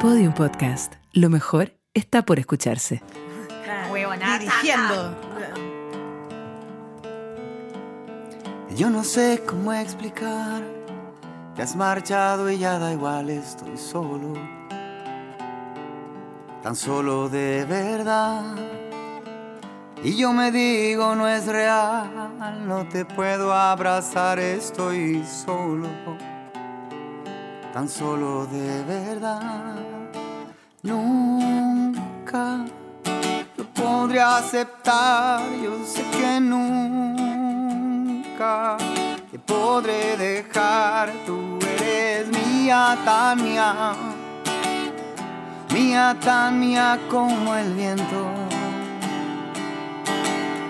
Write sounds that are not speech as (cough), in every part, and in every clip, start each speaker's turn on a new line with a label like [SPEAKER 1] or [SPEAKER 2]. [SPEAKER 1] Podium Podcast. Lo mejor está por escucharse.
[SPEAKER 2] Huevonada.
[SPEAKER 3] Dirigiendo.
[SPEAKER 4] Yo no sé cómo explicar. Te has marchado y ya da igual, estoy solo. Tan solo de verdad. Y yo me digo, no es real, no te puedo abrazar, estoy solo. Tan solo de verdad. Nunca lo podré aceptar, yo sé que nunca te podré dejar, tú eres mía tan mía, mía tan mía como el viento,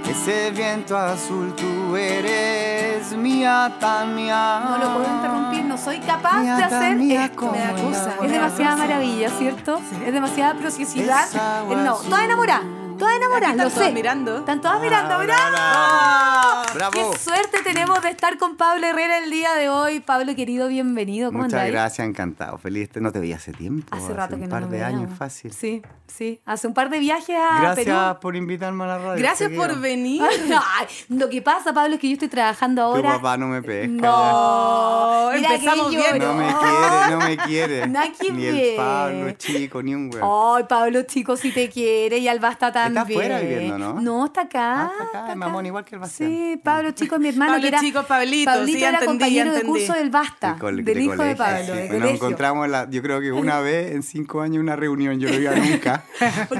[SPEAKER 4] ese viento azul, tú eres mía tan mía.
[SPEAKER 3] No lo puedo interrumpir, no soy capaz
[SPEAKER 4] Mía
[SPEAKER 3] de hacer
[SPEAKER 4] Tania,
[SPEAKER 3] esto.
[SPEAKER 4] como Me da la cosa,
[SPEAKER 3] Es
[SPEAKER 4] buena
[SPEAKER 3] demasiada maravilla, ¿cierto? Es demasiada preciosidad. Eh,
[SPEAKER 4] Esa agua
[SPEAKER 3] No,
[SPEAKER 4] azul.
[SPEAKER 3] toda enamorada, toda enamorada,
[SPEAKER 2] Aquí están
[SPEAKER 3] lo
[SPEAKER 2] todas
[SPEAKER 3] sé.
[SPEAKER 2] mirando.
[SPEAKER 3] Están
[SPEAKER 4] Ah,
[SPEAKER 3] todas mirando,
[SPEAKER 4] Bravo,
[SPEAKER 3] ¡bravo!
[SPEAKER 4] bravo.
[SPEAKER 3] ¡Qué suerte tenemos de estar con Pablo Herrera el día de hoy! Pablo, querido, bienvenido. ¿Cómo
[SPEAKER 4] Muchas
[SPEAKER 3] andáis?
[SPEAKER 4] gracias, encantado. Feliz, te- no te veía hace tiempo.
[SPEAKER 3] Hace rato
[SPEAKER 4] un
[SPEAKER 3] que no
[SPEAKER 4] par
[SPEAKER 3] nos
[SPEAKER 4] de
[SPEAKER 3] veíamos.
[SPEAKER 4] años, fácil.
[SPEAKER 3] Sí, Ah, sí. Hace un par de viajes a
[SPEAKER 4] Gracias
[SPEAKER 3] Perú.
[SPEAKER 4] por invitarme a la radio.
[SPEAKER 2] Gracias
[SPEAKER 4] te
[SPEAKER 2] por
[SPEAKER 4] quiero.
[SPEAKER 2] venir.
[SPEAKER 3] No, (laughs) ay, lo que pasa, Pablo, es que yo estoy trabajando
[SPEAKER 4] Tu
[SPEAKER 3] ahora.
[SPEAKER 4] papá no me pesca.
[SPEAKER 3] No,
[SPEAKER 2] ya.
[SPEAKER 3] mira que
[SPEAKER 2] Empezamos bien.
[SPEAKER 4] ya.
[SPEAKER 3] lloro.
[SPEAKER 4] No me quiere, no me quiere.
[SPEAKER 3] (laughs) Nada que
[SPEAKER 4] ni
[SPEAKER 3] ver.
[SPEAKER 4] el Pablo, chico, ni un huevo.
[SPEAKER 3] Ay, Pablo, chico, si te quiere y Albasta también.
[SPEAKER 4] afuera viviendo, ¿no?
[SPEAKER 3] No, está acá.
[SPEAKER 4] Ah, está acá, es mamón igual que el Bastián.
[SPEAKER 3] Sí, Pablo, chico, es mi hermano.
[SPEAKER 2] Pablo
[SPEAKER 3] que era,
[SPEAKER 2] Chico, Pablito, sí, ya
[SPEAKER 3] era
[SPEAKER 2] entendí, ya
[SPEAKER 3] compañero
[SPEAKER 2] entendí.
[SPEAKER 3] de curso del Basta, del hijo de Pablo, de
[SPEAKER 4] Nos
[SPEAKER 3] colegio.
[SPEAKER 4] encontramos, la- yo creo
[SPEAKER 3] (laughs)
[SPEAKER 4] que una vez en cinco años en una reunión. Yo no iba nunca.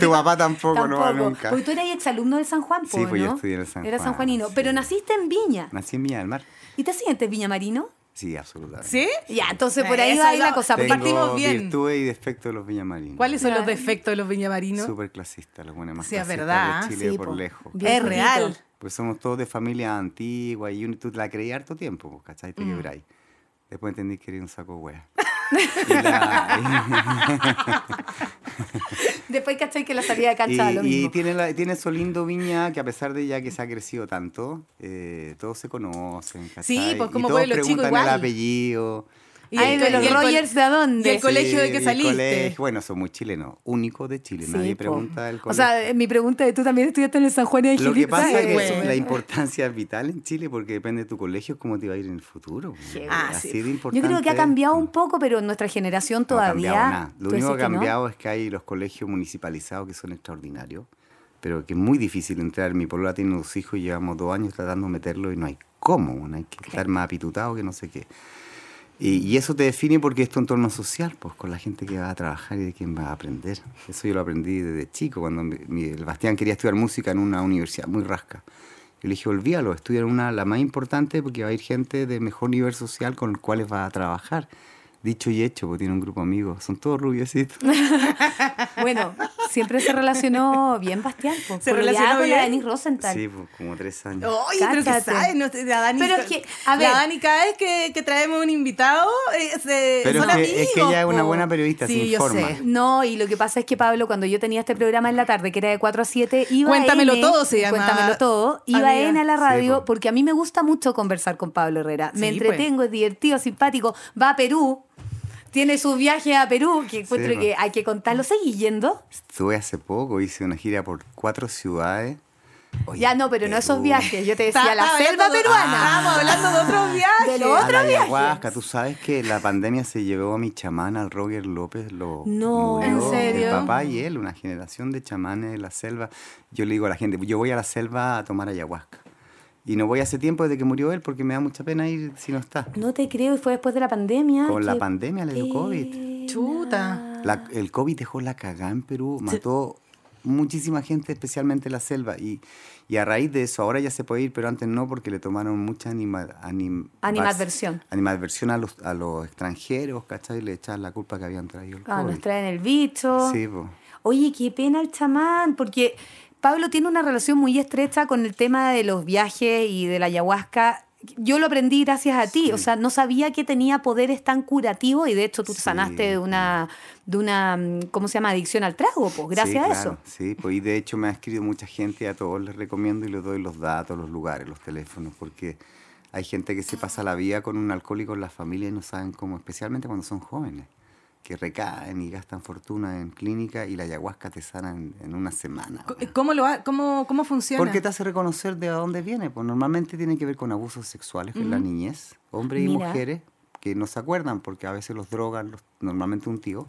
[SPEAKER 4] tu papá tampoco, no va nunca.
[SPEAKER 3] Porque tú eras exalumno del San Juan, po,
[SPEAKER 4] Sí, pues yo
[SPEAKER 3] ¿no?
[SPEAKER 4] estudié en el San
[SPEAKER 3] Era
[SPEAKER 4] Juan,
[SPEAKER 3] sanjuanino,
[SPEAKER 4] sí.
[SPEAKER 3] pero naciste en Viña.
[SPEAKER 4] Nací en Villa del Mar.
[SPEAKER 3] ¿Y te sientes Viña Marino?
[SPEAKER 4] Sí, absolutamente.
[SPEAKER 2] ¿Sí?
[SPEAKER 3] Ya, entonces por ahí
[SPEAKER 2] Eso
[SPEAKER 3] va ahí
[SPEAKER 2] lo-
[SPEAKER 3] la cosa. porque-
[SPEAKER 4] Tengo
[SPEAKER 2] Partimos bien.
[SPEAKER 4] virtudes y defectos de los villamarinos.
[SPEAKER 2] ¿Cuáles son los
[SPEAKER 3] Claro.
[SPEAKER 2] defectos de los viñamarinos?
[SPEAKER 4] Súper clasistas, los buenos más
[SPEAKER 2] Sí, es
[SPEAKER 4] clasistas
[SPEAKER 2] verdad,
[SPEAKER 4] de Chile
[SPEAKER 3] sí,
[SPEAKER 4] por
[SPEAKER 3] po.
[SPEAKER 4] lejos.
[SPEAKER 3] Bien
[SPEAKER 2] Es
[SPEAKER 3] poquito.
[SPEAKER 2] real.
[SPEAKER 4] Pues somos todos de familia antigua y uno- tú la creí harto tiempo, pues, ¿cachai?
[SPEAKER 2] Mm.
[SPEAKER 4] Te quebráis. Después entendí que era un saco
[SPEAKER 2] (laughs)
[SPEAKER 4] hueá.
[SPEAKER 3] Después cachai que la salida de
[SPEAKER 4] Y,
[SPEAKER 3] cancha da lo
[SPEAKER 4] y
[SPEAKER 3] mismo.
[SPEAKER 4] tiene, la- tiene eso lindo viña que a pesar de ya que se ha crecido tanto, eh, todos se conocen, ¿cachai?
[SPEAKER 2] Sí, pues,
[SPEAKER 4] Y
[SPEAKER 2] como
[SPEAKER 4] todos
[SPEAKER 2] pueblo chico
[SPEAKER 4] preguntan el
[SPEAKER 2] igual.
[SPEAKER 4] apellido.
[SPEAKER 3] Ay,
[SPEAKER 2] el-
[SPEAKER 3] de los
[SPEAKER 2] el-
[SPEAKER 3] Rogers, ¿de dónde?
[SPEAKER 2] y el
[SPEAKER 3] Sí,
[SPEAKER 2] colegio de
[SPEAKER 4] el
[SPEAKER 2] que saliste.
[SPEAKER 4] colegio. Bueno, son muy chilenos, único de Chile.
[SPEAKER 3] Sí,
[SPEAKER 4] Nadie
[SPEAKER 3] po.
[SPEAKER 4] pregunta el colegio.
[SPEAKER 3] O sea, mi pregunta es, ¿tú también estudiaste en el San Juan y
[SPEAKER 4] Lo que
[SPEAKER 3] Angelito?
[SPEAKER 4] pasa
[SPEAKER 2] Sí,
[SPEAKER 4] es que
[SPEAKER 2] güey.
[SPEAKER 4] la importancia es vital en Chile porque depende de tu colegio cómo te va a ir en el futuro. güey.
[SPEAKER 3] Qué
[SPEAKER 2] Ah,
[SPEAKER 4] Así
[SPEAKER 2] sí.
[SPEAKER 4] de
[SPEAKER 3] Yo
[SPEAKER 4] importante
[SPEAKER 3] creo que ha
[SPEAKER 4] es.
[SPEAKER 3] cambiado un poco, pero nuestra generación
[SPEAKER 4] No ha
[SPEAKER 3] todavía.
[SPEAKER 4] cambiado nada. Lo
[SPEAKER 3] ¿Tú decís
[SPEAKER 4] único que ha
[SPEAKER 3] que no?
[SPEAKER 4] cambiado es que hay los colegios municipalizados que son extraordinarios, pero que es muy difícil entrar. Mi polola tiene dos hijos y llevamos dos años tratando de meterlo y no hay cómo. bueno, hay que estar más apitutado que no sé qué. Y, y eso te define porque es tu entorno social, pues con la gente que va a trabajar y de quien va a aprender. Eso yo lo aprendí desde chico, cuando mi- mi- el Bastián quería estudiar música en una universidad muy rasca. Yo le dije, olvídalo, estudia en una, la más importante porque va a ir gente de mejor nivel social con los cuales vas a trabajar. Dicho y hecho, porque tiene un grupo de amigos, son todos rubiecitos.
[SPEAKER 3] (laughs) Bueno, siempre se relacionó
[SPEAKER 2] (laughs)
[SPEAKER 3] bien Bastián. pues, po.
[SPEAKER 2] Se
[SPEAKER 3] Pololeaba
[SPEAKER 2] relacionó
[SPEAKER 3] con la
[SPEAKER 2] bien.
[SPEAKER 3] Denise Rosenthal.
[SPEAKER 4] Sí, pues, como tres años.
[SPEAKER 2] Oye, pero que
[SPEAKER 3] Cáchate.
[SPEAKER 2] sabes, no sé, la Dani.
[SPEAKER 3] Pero es que, a ver.
[SPEAKER 2] La Dani, cada vez que, que traemos un invitado, eh, se-
[SPEAKER 4] Pero
[SPEAKER 2] son
[SPEAKER 4] es que-
[SPEAKER 2] amigos.
[SPEAKER 4] es que ella es una
[SPEAKER 2] po.
[SPEAKER 4] buena periodista,
[SPEAKER 2] sí,
[SPEAKER 4] se
[SPEAKER 2] Yo
[SPEAKER 4] informa.
[SPEAKER 2] sé.
[SPEAKER 3] No, y lo que pasa es que Pablo, cuando yo tenía este programa en la tarde, que era de 4 a 7, iba
[SPEAKER 2] Cuéntamelo
[SPEAKER 3] N,
[SPEAKER 2] todo se llamaba,
[SPEAKER 3] Cuéntamelo todo, iba
[SPEAKER 2] amiga.
[SPEAKER 3] N a la radio,
[SPEAKER 4] Sí, po.
[SPEAKER 3] porque a mí me gusta mucho conversar con Pablo Herrera. Me
[SPEAKER 2] Sí, pues.
[SPEAKER 3] entretengo, es divertido, simpático, va a Perú, tiene su viaje a Perú, que encuentro
[SPEAKER 4] po.
[SPEAKER 3] que hay que contarlo. ¿Seguís yendo?
[SPEAKER 4] Estuve hace poco, hice una gira por cuatro ciudades. Oye,
[SPEAKER 3] ya no, pero no esos
[SPEAKER 4] Perú,
[SPEAKER 3] viajes, yo te
[SPEAKER 2] Está-
[SPEAKER 3] decía, la
[SPEAKER 2] está
[SPEAKER 3] selva
[SPEAKER 2] hablando de-
[SPEAKER 3] peruana.
[SPEAKER 2] Estábamos hablando de otros viajes.
[SPEAKER 3] De lo otro.
[SPEAKER 4] a la
[SPEAKER 3] viaje.
[SPEAKER 4] ayahuasca. Tú sabes que la pandemia se llevó a mi chamán, al Roger López, lo
[SPEAKER 3] No,
[SPEAKER 4] murió,
[SPEAKER 3] ¿en serio?
[SPEAKER 4] el papá y él, una generación de chamanes de la selva. Yo le digo a la gente, yo voy a la selva a tomar ayahuasca. Y no voy hace tiempo desde que murió él porque me da mucha pena ir si no está.
[SPEAKER 3] No te creo, y fue después de la pandemia. eh,
[SPEAKER 4] Con la
[SPEAKER 3] qué
[SPEAKER 4] pandemia le dio COVID.
[SPEAKER 3] pena.
[SPEAKER 2] Chuta.
[SPEAKER 3] Ah.
[SPEAKER 4] La- el COVID dejó la cagada en Perú, mató muchísima gente, especialmente en la selva. Y, y a raíz de eso, ahora ya se puede ir, pero antes no, porque le tomaron mucha anima, anim-
[SPEAKER 3] Animadversión.
[SPEAKER 4] vas- Animadversión a los, a los extranjeros, ¿cachai? Y le echaban la culpa que habían traído el
[SPEAKER 3] Ah, nos
[SPEAKER 4] COVID.
[SPEAKER 3] traen el bicho.
[SPEAKER 4] Sí, po.
[SPEAKER 3] Oye, qué pena el chamán, porque Pablo tiene una relación muy estrecha con el tema de los viajes y de la ayahuasca. Yo lo aprendí gracias a ti, o sea, no sabía que tenía poderes tan curativos y de hecho tú
[SPEAKER 4] Sí.
[SPEAKER 3] sanaste de una, de una, mm, ¿cómo se llama? Adicción al trago, pues, gracias
[SPEAKER 4] Sí,
[SPEAKER 3] a
[SPEAKER 4] claro,
[SPEAKER 3] eso.
[SPEAKER 4] Sí, pues, y de hecho me ha escrito mucha gente, a todos les recomiendo y les doy los datos, los lugares, los teléfonos, porque hay gente que se pasa la vida con un alcohólico en la familia y no saben cómo, especialmente cuando son jóvenes. que recaen y gastan fortuna en clínica y la ayahuasca te sana en, en una semana.
[SPEAKER 2] Co- eh,
[SPEAKER 4] weón.
[SPEAKER 2] ¿Cómo, lo ha- cómo, ¿Cómo funciona?
[SPEAKER 4] Porque te hace reconocer de dónde viene. Pues normalmente tiene que ver con abusos sexuales en la niñez, hombres y
[SPEAKER 3] Mira.
[SPEAKER 4] mujeres, que no se acuerdan porque a veces los drogan, los- normalmente un tío,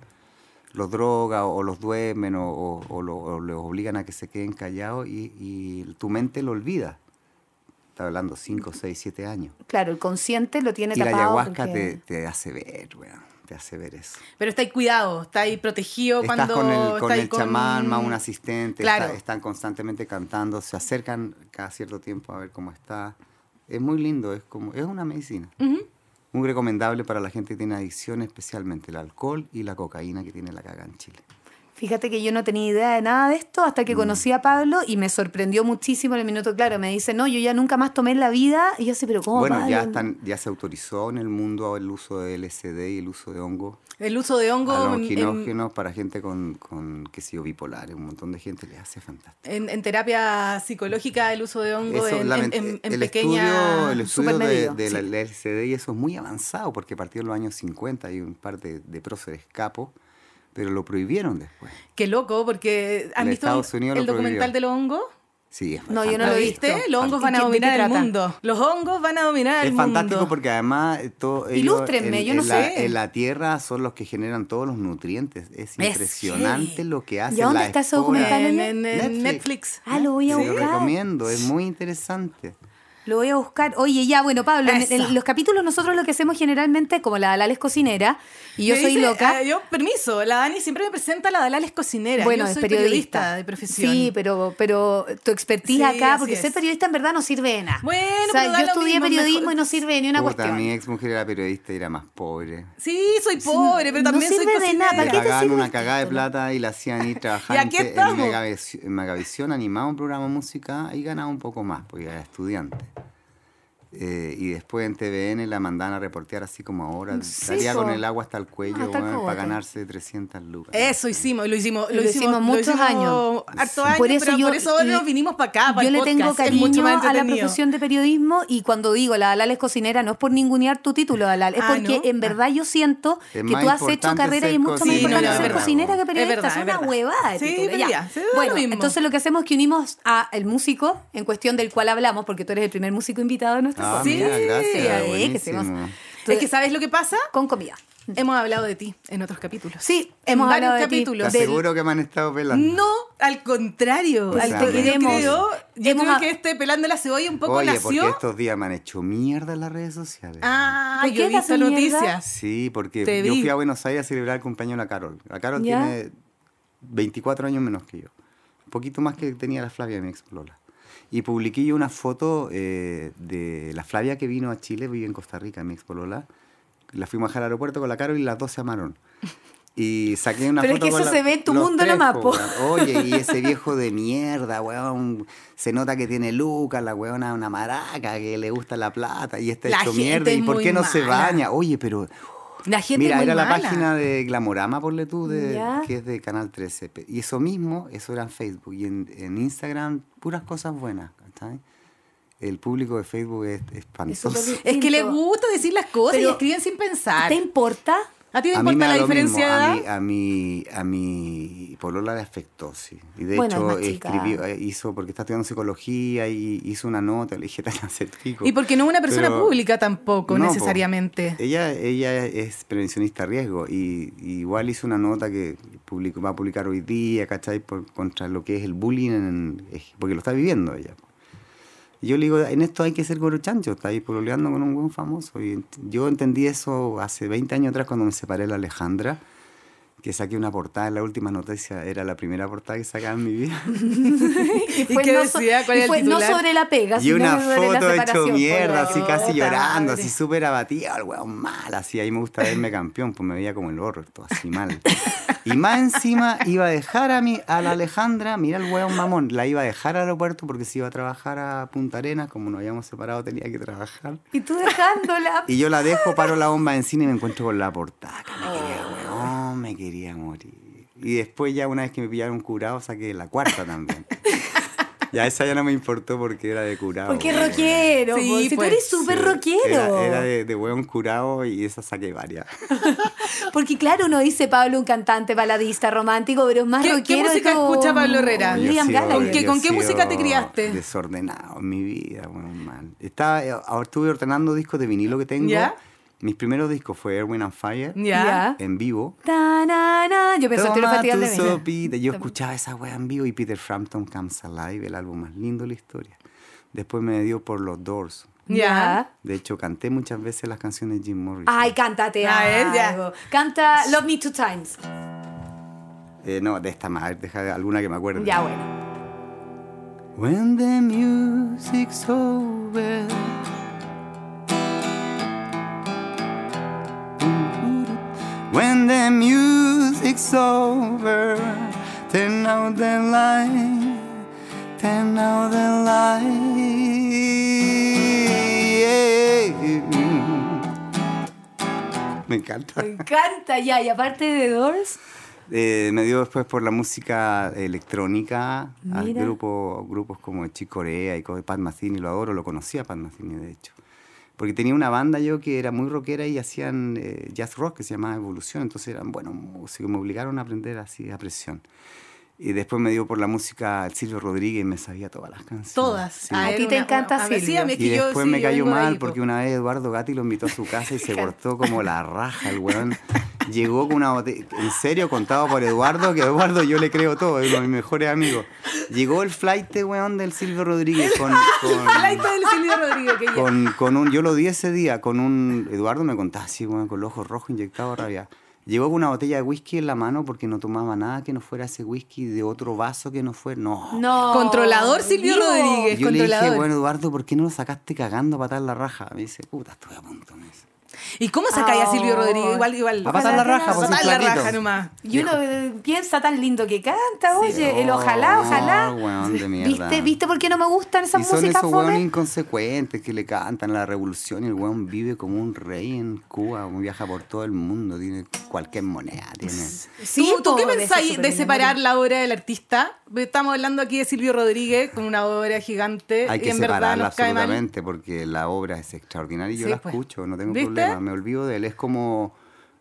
[SPEAKER 4] los droga o los duermen o, o- o lo- o los obligan a que se queden callados y, y tu mente lo olvida. Está hablando 5, 6, 7 años.
[SPEAKER 3] Claro, el consciente lo tiene
[SPEAKER 4] Y la
[SPEAKER 3] tapado.
[SPEAKER 4] ayahuasca
[SPEAKER 3] porque-
[SPEAKER 4] te, te hace ver, weón, te hace ver eso.
[SPEAKER 2] Pero está ahí cuidado, está ahí protegido
[SPEAKER 4] Estás
[SPEAKER 2] cuando
[SPEAKER 4] con el, con
[SPEAKER 2] está ahí
[SPEAKER 4] el chamán, más un asistente,
[SPEAKER 2] Claro.
[SPEAKER 4] está- están constantemente cantando, se acercan cada cierto tiempo a ver cómo está. Es muy lindo, es como es una medicina. Muy recomendable para la gente que tiene adicción, especialmente el alcohol y la cocaína que tiene la caga en Chile.
[SPEAKER 3] Fíjate que yo no tenía idea de nada de esto hasta que
[SPEAKER 2] Mm.
[SPEAKER 3] conocí a Pablo y me sorprendió muchísimo en el minuto claro. Me dice, no, yo ya nunca más tomé en la vida. Y yo así, pero ¿cómo?
[SPEAKER 4] bueno,
[SPEAKER 3] Pablo?
[SPEAKER 4] ya están, ya se autorizó en el mundo el uso de LSD y el uso de hongo,
[SPEAKER 2] El uso de hongo en- en,
[SPEAKER 4] alucinógenos para gente con, con qué sé yo, bipolar, un montón de gente le hace fantástico.
[SPEAKER 2] en- en terapia psicológica, el uso de hongo
[SPEAKER 4] Eso,
[SPEAKER 2] en, en,
[SPEAKER 4] lament-
[SPEAKER 2] en- en
[SPEAKER 4] el
[SPEAKER 2] pequeña...
[SPEAKER 4] Estudio, el estudio de,
[SPEAKER 3] supermedido,
[SPEAKER 4] de la,
[SPEAKER 3] sí.
[SPEAKER 4] la LCD y eso es muy avanzado porque a partir de los años 50 hay un par de, de próceres capos, pero lo prohibieron después.
[SPEAKER 2] Qué loco, porque ¿han
[SPEAKER 4] En
[SPEAKER 2] visto
[SPEAKER 4] Estados Unidos
[SPEAKER 2] el
[SPEAKER 4] lo
[SPEAKER 2] documental
[SPEAKER 4] prohibió.
[SPEAKER 2] de los hongos?
[SPEAKER 4] Sí, es
[SPEAKER 3] No, yo no
[SPEAKER 2] ¿Lo
[SPEAKER 3] he
[SPEAKER 4] fantástico.
[SPEAKER 2] viste? Los hongos van a
[SPEAKER 3] ¿Y qué- de qué
[SPEAKER 2] dominar el
[SPEAKER 3] trata?
[SPEAKER 2] mundo. Los hongos van a dominar el
[SPEAKER 4] Es
[SPEAKER 2] mundo.
[SPEAKER 4] fantástico porque además eh, todo ellos
[SPEAKER 3] Ilústrenme,
[SPEAKER 4] en,
[SPEAKER 3] yo no
[SPEAKER 4] en la,
[SPEAKER 2] sé.
[SPEAKER 4] en la tierra son los que generan todos los nutrientes. Es
[SPEAKER 3] Eh,
[SPEAKER 2] Es
[SPEAKER 4] impresionante
[SPEAKER 2] heavy.
[SPEAKER 4] lo que hacen.
[SPEAKER 3] dónde
[SPEAKER 4] las
[SPEAKER 3] está ese
[SPEAKER 4] esporas.
[SPEAKER 3] documental?
[SPEAKER 2] En, en- en
[SPEAKER 3] en
[SPEAKER 2] Netflix.
[SPEAKER 4] Netflix.
[SPEAKER 3] Ah, lo voy a
[SPEAKER 4] Se lo
[SPEAKER 3] buscar.
[SPEAKER 4] recomiendo, es muy interesante.
[SPEAKER 3] Lo voy a buscar. Oye, ya, bueno, Pablo, en,
[SPEAKER 2] Eso.
[SPEAKER 3] en los capítulos nosotros lo que hacemos generalmente, como la Dalal es cocinera y yo
[SPEAKER 2] Me
[SPEAKER 3] soy
[SPEAKER 2] dice,
[SPEAKER 3] loca.
[SPEAKER 2] ah, yo, permiso, la Dani siempre me presenta a la Dalal es cocinera.
[SPEAKER 3] bueno,
[SPEAKER 2] yo
[SPEAKER 3] es
[SPEAKER 2] soy
[SPEAKER 3] periodista.
[SPEAKER 2] de profesión.
[SPEAKER 3] Sí, pero, pero tu expertise
[SPEAKER 2] Sí,
[SPEAKER 3] acá,
[SPEAKER 2] así
[SPEAKER 3] porque
[SPEAKER 2] es.
[SPEAKER 3] ser periodista en verdad no sirve de nada.
[SPEAKER 2] Bueno,
[SPEAKER 3] o sea,
[SPEAKER 2] pero da
[SPEAKER 3] yo
[SPEAKER 2] lo
[SPEAKER 3] estudié
[SPEAKER 2] mismo,
[SPEAKER 3] periodismo
[SPEAKER 2] mejor-
[SPEAKER 3] y no sirve ni una
[SPEAKER 4] Puta,
[SPEAKER 3] cuestión.
[SPEAKER 4] mi ex mujer era periodista y era más pobre.
[SPEAKER 2] Sí, soy pobre, pero
[SPEAKER 3] No
[SPEAKER 2] también soy
[SPEAKER 3] sirve de nada,
[SPEAKER 2] cocinera.
[SPEAKER 3] Ah, ¿para
[SPEAKER 4] Le
[SPEAKER 3] qué te
[SPEAKER 4] pagaban
[SPEAKER 3] sirve
[SPEAKER 4] una
[SPEAKER 3] el
[SPEAKER 4] cagada de
[SPEAKER 3] título?
[SPEAKER 4] plata y la
[SPEAKER 3] (laughs)
[SPEAKER 4] hacían ir trabajar
[SPEAKER 2] Y aquí
[SPEAKER 4] en, te- en
[SPEAKER 2] estamos.
[SPEAKER 4] Megavis- en Megavisión, animaba un programa de música y ganaba un poco más, porque era estudiante. Eh, y después en TVN la mandaban a reportear así como ahora.
[SPEAKER 3] Mm, Sí,
[SPEAKER 4] Salía
[SPEAKER 3] po. Ah,
[SPEAKER 4] con el agua hasta el cuello
[SPEAKER 3] Hasta el
[SPEAKER 4] weón,
[SPEAKER 3] cogote.
[SPEAKER 4] para ganarse 300 lucas.
[SPEAKER 2] Eso hicimos, lo hicimos,
[SPEAKER 3] Lo hicimos muchos años.
[SPEAKER 2] Harto
[SPEAKER 3] Sí.
[SPEAKER 2] años,
[SPEAKER 3] Por eso
[SPEAKER 2] pero
[SPEAKER 3] yo-
[SPEAKER 2] por eso ahora
[SPEAKER 3] le-
[SPEAKER 2] nos vinimos para acá, para
[SPEAKER 3] Yo
[SPEAKER 2] el
[SPEAKER 3] le tengo
[SPEAKER 2] podcast, es mucho
[SPEAKER 3] cariño
[SPEAKER 2] más
[SPEAKER 3] a la
[SPEAKER 2] entretenido.
[SPEAKER 3] profesión de periodismo y cuando digo la Dalal es cocinera no es por ningunear tu título, Dalal, es
[SPEAKER 2] Ah,
[SPEAKER 3] porque
[SPEAKER 2] ¿no?
[SPEAKER 3] en verdad yo siento que
[SPEAKER 4] Es más
[SPEAKER 3] tú has hecho
[SPEAKER 4] importante
[SPEAKER 3] carrera y es
[SPEAKER 4] ser
[SPEAKER 3] mucho más
[SPEAKER 2] cocinera,
[SPEAKER 3] importante
[SPEAKER 2] es
[SPEAKER 3] ser
[SPEAKER 2] verdad.
[SPEAKER 3] cocinera que
[SPEAKER 4] Es
[SPEAKER 3] periodista,
[SPEAKER 2] verdad,
[SPEAKER 3] es
[SPEAKER 2] es
[SPEAKER 3] una
[SPEAKER 2] verdad.
[SPEAKER 3] huevada. de
[SPEAKER 2] Sí,
[SPEAKER 3] título,
[SPEAKER 2] pero
[SPEAKER 3] ya.
[SPEAKER 2] ya, sí, da lo
[SPEAKER 3] Bueno,
[SPEAKER 2] mismo.
[SPEAKER 3] entonces lo que hacemos es que unimos a el músico en cuestión del cual hablamos, porque tú eres el primer músico invitado de nuestro
[SPEAKER 4] Ah,
[SPEAKER 3] podcast.
[SPEAKER 4] mira, gracias,
[SPEAKER 3] ahí es que
[SPEAKER 4] buenísimo.
[SPEAKER 3] hacemos-
[SPEAKER 2] Es que ¿sabes lo que pasa?
[SPEAKER 3] con comida.
[SPEAKER 2] Hemos hablado de ti en otros capítulos.
[SPEAKER 3] Sí,
[SPEAKER 2] En
[SPEAKER 3] hemos
[SPEAKER 2] varios
[SPEAKER 3] hablado de ti.
[SPEAKER 4] Te
[SPEAKER 2] capítulos.
[SPEAKER 3] Del-
[SPEAKER 4] aseguro que me han estado pelando.
[SPEAKER 2] No, al contrario.
[SPEAKER 4] Pues
[SPEAKER 2] al
[SPEAKER 4] te
[SPEAKER 2] co- yo
[SPEAKER 4] queremos.
[SPEAKER 2] creo, yo
[SPEAKER 3] Hemos
[SPEAKER 2] creo
[SPEAKER 3] a-
[SPEAKER 2] que este pelando la cebolla un poco
[SPEAKER 4] Oye, porque
[SPEAKER 2] nació.
[SPEAKER 4] estos días me han hecho mierda en las redes sociales.
[SPEAKER 2] Ah,
[SPEAKER 3] ¿Por qué
[SPEAKER 2] yo he
[SPEAKER 3] la
[SPEAKER 2] visto
[SPEAKER 3] mierda?
[SPEAKER 2] noticias.
[SPEAKER 4] Sí, porque
[SPEAKER 2] Te
[SPEAKER 4] yo
[SPEAKER 2] vi.
[SPEAKER 4] fui a Buenos Aires a celebrar el cumpleaños de la Carol. La Carol
[SPEAKER 3] ¿Ya?
[SPEAKER 4] tiene 24 años menos que yo. Un poquito más que tenía la Flavia, mi ex Lola. Y publiqué yo una foto eh, de la Flavia que vino a Chile, vive en Costa Rica, mi ex Lola. La fuimos a dejar al aeropuerto con la Carol y las dos se amaron. Y saqué una
[SPEAKER 3] Pero es
[SPEAKER 4] foto
[SPEAKER 3] que
[SPEAKER 4] con
[SPEAKER 3] eso
[SPEAKER 4] la-
[SPEAKER 3] se ve en tu
[SPEAKER 4] los
[SPEAKER 3] mundo
[SPEAKER 4] tres,
[SPEAKER 3] nomás,
[SPEAKER 4] po,
[SPEAKER 3] po.
[SPEAKER 4] weón. Oye, y ese viejo de mierda, weón. Se nota que tiene lucas, la weona es una maraca, que le gusta la plata. Y este
[SPEAKER 2] La
[SPEAKER 4] hecho
[SPEAKER 2] gente
[SPEAKER 4] mierda.
[SPEAKER 2] es
[SPEAKER 4] ¿Y por
[SPEAKER 2] muy
[SPEAKER 4] qué no se
[SPEAKER 2] mala.
[SPEAKER 4] baña? Oye, pero
[SPEAKER 2] La gente es
[SPEAKER 4] Mira,
[SPEAKER 2] muy
[SPEAKER 4] era la
[SPEAKER 2] mala.
[SPEAKER 4] página de Glamorama, ponle tú, de,
[SPEAKER 3] Ya.
[SPEAKER 4] que es de Canal 13. Pe- Y eso mismo, eso era en Facebook. Y en, en Instagram, puras cosas buenas. ¿cachai? El público de Facebook es espantoso.
[SPEAKER 3] súper
[SPEAKER 4] (laughs)
[SPEAKER 2] Es que le
[SPEAKER 3] Siento-
[SPEAKER 2] gusta decir las cosas
[SPEAKER 3] Pero-
[SPEAKER 2] y escriben sin pensar.
[SPEAKER 3] ¿Te importa?
[SPEAKER 2] ¿A ti te
[SPEAKER 4] A mí me
[SPEAKER 2] importa
[SPEAKER 4] da
[SPEAKER 2] la
[SPEAKER 4] lo mismo.
[SPEAKER 2] diferencia de
[SPEAKER 4] A
[SPEAKER 2] edad?
[SPEAKER 4] mi, a mi, a mi polola le afectó, sí. Y de
[SPEAKER 3] Bueno, es
[SPEAKER 4] hecho,
[SPEAKER 3] más chica.
[SPEAKER 4] escribió, eh, hizo, porque está estudiando psicología, y hizo una nota, le dije, (laughs) te van a hacer pico".
[SPEAKER 2] Y porque no es una persona
[SPEAKER 4] Pero-
[SPEAKER 2] pública tampoco,
[SPEAKER 4] No, po.
[SPEAKER 2] necesariamente.
[SPEAKER 4] Ella, ella es prevencionista a riesgo y, y igual hizo una nota que publicó, va a publicar hoy día, ¿cachai? Por- contra lo que es el bullying, en- es- porque lo está viviendo ella. Y yo le digo, en esto hay que ser goro chancho, está ahí pololeando con un buen famoso. Y ent- yo entendí eso hace 20 años atrás cuando me separé de la Alejandra, que saqué una portada en la última noticia, era la primera portada que sacaba en mi vida.
[SPEAKER 2] ¿Y,
[SPEAKER 3] Pues
[SPEAKER 2] qué
[SPEAKER 3] no so-
[SPEAKER 2] decía? ¿Cuál
[SPEAKER 3] y
[SPEAKER 2] era el
[SPEAKER 3] fue no
[SPEAKER 2] titular?
[SPEAKER 3] sobre la pega,
[SPEAKER 4] Y
[SPEAKER 3] sino
[SPEAKER 4] una
[SPEAKER 3] sobre la
[SPEAKER 4] foto hecho
[SPEAKER 3] separación,
[SPEAKER 4] mierda,
[SPEAKER 3] por
[SPEAKER 4] así
[SPEAKER 3] la-
[SPEAKER 4] casi
[SPEAKER 2] puta
[SPEAKER 4] llorando,
[SPEAKER 2] madre.
[SPEAKER 4] así súper abatido, el weón mal, así. Ahí me gusta verme campeón, pues me veía como el horror, todo así mal. Y más encima iba a dejar a, mi, a la Alejandra, mira el weón mamón, la iba a dejar al aeropuerto porque se iba a trabajar a Punta Arenas, como nos habíamos separado tenía que trabajar.
[SPEAKER 3] Y tú dejándola.
[SPEAKER 4] (laughs) Y yo la dejo, paro la bomba encima y me encuentro con la portada. que Me quería, weón, me quería morir. Y después ya una vez que me pillaron curado, saqué la cuarta también. Ya esa ya no me importó porque era de curado.
[SPEAKER 3] Porque es
[SPEAKER 4] weón.
[SPEAKER 3] rockero.
[SPEAKER 2] Sí,
[SPEAKER 3] po, si tú
[SPEAKER 2] pues,
[SPEAKER 3] eres súper
[SPEAKER 4] Sí,
[SPEAKER 3] rockero.
[SPEAKER 4] Era, era de, de hueón curado y esa saqué varias.
[SPEAKER 3] Porque claro, uno dice Pablo un cantante baladista romántico, pero es más
[SPEAKER 2] ¿Qué- qué
[SPEAKER 3] rockero, es
[SPEAKER 2] música
[SPEAKER 3] como
[SPEAKER 2] escucha Pablo Herrera?
[SPEAKER 4] Yo he
[SPEAKER 3] Liam
[SPEAKER 4] sido-
[SPEAKER 3] Gallagher.
[SPEAKER 2] ¿Con Ah, qué-
[SPEAKER 4] yo he
[SPEAKER 2] con qué
[SPEAKER 4] sido
[SPEAKER 2] música te criaste?
[SPEAKER 4] Desordenado en mi vida, bueno, man. Estaba, eh, ahora estuve ordenando discos de vinilo que tengo.
[SPEAKER 2] ¿Ya?
[SPEAKER 4] Mis primeros discos fue Erwin and Fire,
[SPEAKER 2] Ya.
[SPEAKER 4] en vivo.
[SPEAKER 3] Ta, na, na. Yo pensé que
[SPEAKER 4] Toma
[SPEAKER 3] festival
[SPEAKER 4] tu
[SPEAKER 3] de Viña.
[SPEAKER 4] sopita. Yo escuchaba esa wea en vivo y Peter Frampton Comes Alive, el álbum más lindo de la historia. Después me dio por los Doors.
[SPEAKER 2] Ya.
[SPEAKER 4] De hecho, canté muchas veces las canciones de Jim Morrison.
[SPEAKER 3] Ay, cántate
[SPEAKER 2] A ver, Ah, ¿eh? ya.
[SPEAKER 3] algo. Canta Love Me Two Times.
[SPEAKER 4] Eh, no, de esta más, deja alguna que me acuerde.
[SPEAKER 3] Ya, bueno.
[SPEAKER 4] When the music's over. When the music's over, turn out the light, turn out the light. Me encanta.
[SPEAKER 3] Me encanta, ya. Y aparte de Doors,
[SPEAKER 4] Eh, me dio después por la música electrónica, a
[SPEAKER 3] Mira.
[SPEAKER 4] grupo, grupos como Chico Corea y co- Pat Metheny, lo adoro, lo conocía Pat Metheny de hecho. Porque tenía una banda yo que era muy rockera y hacían eh, jazz rock que se llamaba Evolución, entonces eran buenos músicos, me obligaron a aprender así a presión. Y después me dio por la música Silvio Rodríguez y me sabía todas las canciones.
[SPEAKER 2] Todas. Ah,
[SPEAKER 3] A
[SPEAKER 4] Sí.
[SPEAKER 2] él
[SPEAKER 3] ti te
[SPEAKER 2] una-
[SPEAKER 3] encanta
[SPEAKER 2] a ver, sí, (laughs)
[SPEAKER 3] Silvio.
[SPEAKER 2] a mí es
[SPEAKER 4] Y
[SPEAKER 2] que yo
[SPEAKER 4] después
[SPEAKER 2] sí,
[SPEAKER 4] me
[SPEAKER 2] yo
[SPEAKER 4] cayó
[SPEAKER 2] vengo de ahí,
[SPEAKER 4] mal
[SPEAKER 2] po.
[SPEAKER 4] porque una vez Eduardo Gatti lo invitó a su
[SPEAKER 2] (laughs)
[SPEAKER 4] casa y se portó como la raja el weón. Llegó con una botella, en serio, contado por Eduardo, que a Eduardo yo le creo todo, es uno de mis mejores amigos. Llegó el flight weón del Silvio Rodríguez
[SPEAKER 2] (laughs)
[SPEAKER 4] con, con-
[SPEAKER 2] El like del Silvio Rodríguez que yo.
[SPEAKER 4] con, con un, yo lo di ese día, con un, Eduardo me contaba así, weón, con los ojos rojos inyectados de rabia. Llegó con una botella de whisky en la mano porque no tomaba nada que no fuera ese whisky de otro vaso que no fuera, no.
[SPEAKER 3] no.
[SPEAKER 2] Controlador Silvio
[SPEAKER 3] Dios.
[SPEAKER 2] Rodríguez. es
[SPEAKER 4] Yo le dije,
[SPEAKER 2] controlador.
[SPEAKER 4] bueno, Eduardo, ¿por qué no lo sacaste cagando a patar la raja? Me dice, puta, estuve a punto. Me dice.
[SPEAKER 2] ¿Y cómo sacáis a Silvio
[SPEAKER 3] Oh.
[SPEAKER 2] Rodríguez? Igual, igual.
[SPEAKER 4] A pasar la
[SPEAKER 3] raja,
[SPEAKER 2] A
[SPEAKER 3] pues,
[SPEAKER 2] pasar
[SPEAKER 4] sí,
[SPEAKER 2] la
[SPEAKER 4] flaquito.
[SPEAKER 2] raja nomás.
[SPEAKER 3] Y uno eh, piensa tan lindo que canta, oye, el
[SPEAKER 4] Oh,
[SPEAKER 3] ojalá, ojalá.
[SPEAKER 2] (laughs)
[SPEAKER 4] weón de mierda.
[SPEAKER 3] ¿Viste, ¿Viste por qué no me gustan esas
[SPEAKER 4] Y son
[SPEAKER 3] músicas
[SPEAKER 4] esos
[SPEAKER 3] fome?
[SPEAKER 4] weones inconsecuentes que le cantan la revolución y el weón vive como un rey en Cuba, weón, viaja por todo el mundo, tiene cualquier moneda, tiene...
[SPEAKER 3] Sí,
[SPEAKER 2] ¿Tú, tú qué
[SPEAKER 3] po, de esa
[SPEAKER 2] pensáis de
[SPEAKER 3] supermemoria.
[SPEAKER 2] separar la obra del artista? Estamos hablando aquí de Silvio Rodríguez con una obra gigante.
[SPEAKER 4] Hay
[SPEAKER 2] y
[SPEAKER 4] que
[SPEAKER 2] eh, en verdad
[SPEAKER 4] separarla
[SPEAKER 2] nos cae mal.
[SPEAKER 4] absolutamente porque la obra es extraordinaria y yo
[SPEAKER 2] Sí,
[SPEAKER 4] la
[SPEAKER 2] pues.
[SPEAKER 4] escucho, no tengo
[SPEAKER 2] ¿Viste?
[SPEAKER 4] problema, me olvido de él, es como...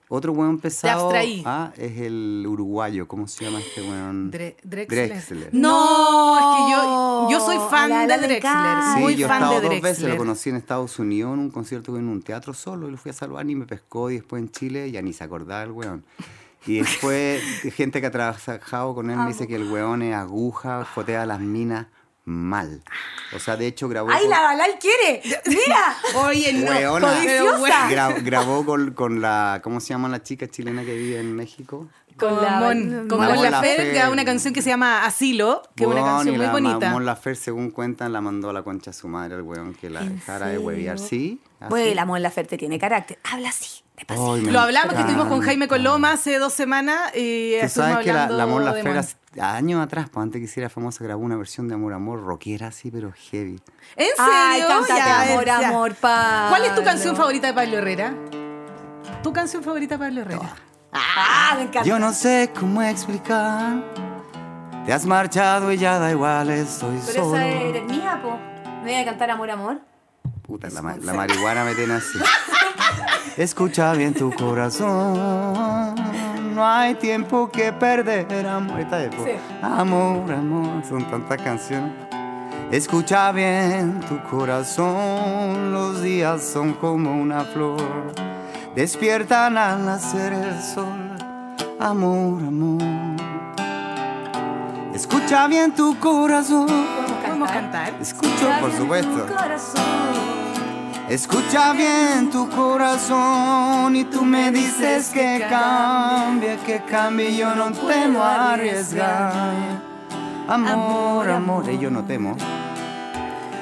[SPEAKER 4] Otro weón pesado
[SPEAKER 2] abstraí.
[SPEAKER 4] ah, es el uruguayo, ¿cómo se llama este weón?
[SPEAKER 2] Dre- Drexler.
[SPEAKER 4] Drexler.
[SPEAKER 2] No, es que yo, yo soy fan
[SPEAKER 3] A la- a la
[SPEAKER 2] de
[SPEAKER 3] le
[SPEAKER 2] Drexler.
[SPEAKER 3] encanta.
[SPEAKER 4] Sí,
[SPEAKER 2] muy
[SPEAKER 4] yo he
[SPEAKER 2] fan
[SPEAKER 4] estado
[SPEAKER 2] de
[SPEAKER 4] dos
[SPEAKER 2] Drexler.
[SPEAKER 4] veces, lo conocí en Estados Unidos en un concierto en un teatro solo y lo fui a saludar y me pescó y después en Chile ya ni se acordaba el weón. Y
[SPEAKER 2] (laughs)
[SPEAKER 4] después gente que ha trabajado con él me dice que el weón es aguja, jotea las minas mal. O sea, de hecho grabó...
[SPEAKER 3] ¡Ay,
[SPEAKER 4] con-
[SPEAKER 3] la Balal quiere! ¡Mira!
[SPEAKER 2] (laughs) Oye, no,
[SPEAKER 4] Weona.
[SPEAKER 2] codiciosa.
[SPEAKER 3] Weona.
[SPEAKER 4] Gra- grabó con, con la... ¿Cómo se llama la chica chilena que vive en México?
[SPEAKER 2] Con, la, Mon,
[SPEAKER 3] Ah,
[SPEAKER 2] con Mon
[SPEAKER 4] Mon Laferte.
[SPEAKER 2] Laferte, que da una canción que se llama Asilo, que es una
[SPEAKER 4] Weón,
[SPEAKER 2] canción
[SPEAKER 4] y
[SPEAKER 2] muy
[SPEAKER 4] la Ma-
[SPEAKER 2] bonita.
[SPEAKER 4] Mon Laferte, según cuentan, la mandó a la concha a su madre el weón que la
[SPEAKER 3] ¿En
[SPEAKER 4] dejara de huevear.
[SPEAKER 3] serio?
[SPEAKER 4] Sí. así.
[SPEAKER 3] Bueno, el amor Laferte tiene carácter. Habla así,
[SPEAKER 2] Oh.
[SPEAKER 3] despacito.
[SPEAKER 4] Ay, me
[SPEAKER 2] Lo hablamos que estuvimos con
[SPEAKER 4] encanta.
[SPEAKER 2] Jaime Coloma hace dos semanas y eh,
[SPEAKER 4] Tú
[SPEAKER 2] estuvimos
[SPEAKER 4] sabes que la,
[SPEAKER 2] hablando
[SPEAKER 4] la Mon
[SPEAKER 2] de
[SPEAKER 4] Laferte
[SPEAKER 2] Mon.
[SPEAKER 4] hace- años atrás, pues, antes que hiciera famosa, grabó una versión de Amor Amor, rockera así, pero heavy.
[SPEAKER 2] ¿En serio?
[SPEAKER 3] Ay, cántate
[SPEAKER 2] Ya,
[SPEAKER 3] amor,
[SPEAKER 2] ya.
[SPEAKER 3] amor, Pablo.
[SPEAKER 2] ¿Cuál es tu canción favorita de Pablo Herrera? ¿Tu canción favorita de Pablo Herrera?
[SPEAKER 3] Ah, me encanta.
[SPEAKER 4] Yo no sé cómo explicar. Te has marchado y ya da igual, estoy
[SPEAKER 3] Pero
[SPEAKER 4] solo.
[SPEAKER 3] esa eres mía, po. ¿Me voy a cantar amor, amor?
[SPEAKER 4] Puta, la, ma- la marihuana me
[SPEAKER 3] (laughs)
[SPEAKER 4] tiene así. Escucha bien tu corazón. No hay tiempo que perder, amor. Esta es, po.
[SPEAKER 3] Sí.
[SPEAKER 4] Amor, amor, son tantas canciones. Escucha bien tu corazón, los días son como una flor. Despiertan al nacer el sol, amor, amor. Escucha bien tu corazón.
[SPEAKER 2] Podemos
[SPEAKER 3] ¿Podemos cantar?
[SPEAKER 2] cantar.
[SPEAKER 4] Escucho, por supuesto.
[SPEAKER 3] Tu corazón.
[SPEAKER 4] Escucha bien tu corazón y tú me dices que cambie, que cambie, yo no temo arriesgar. Amor, amor, y yo no temo.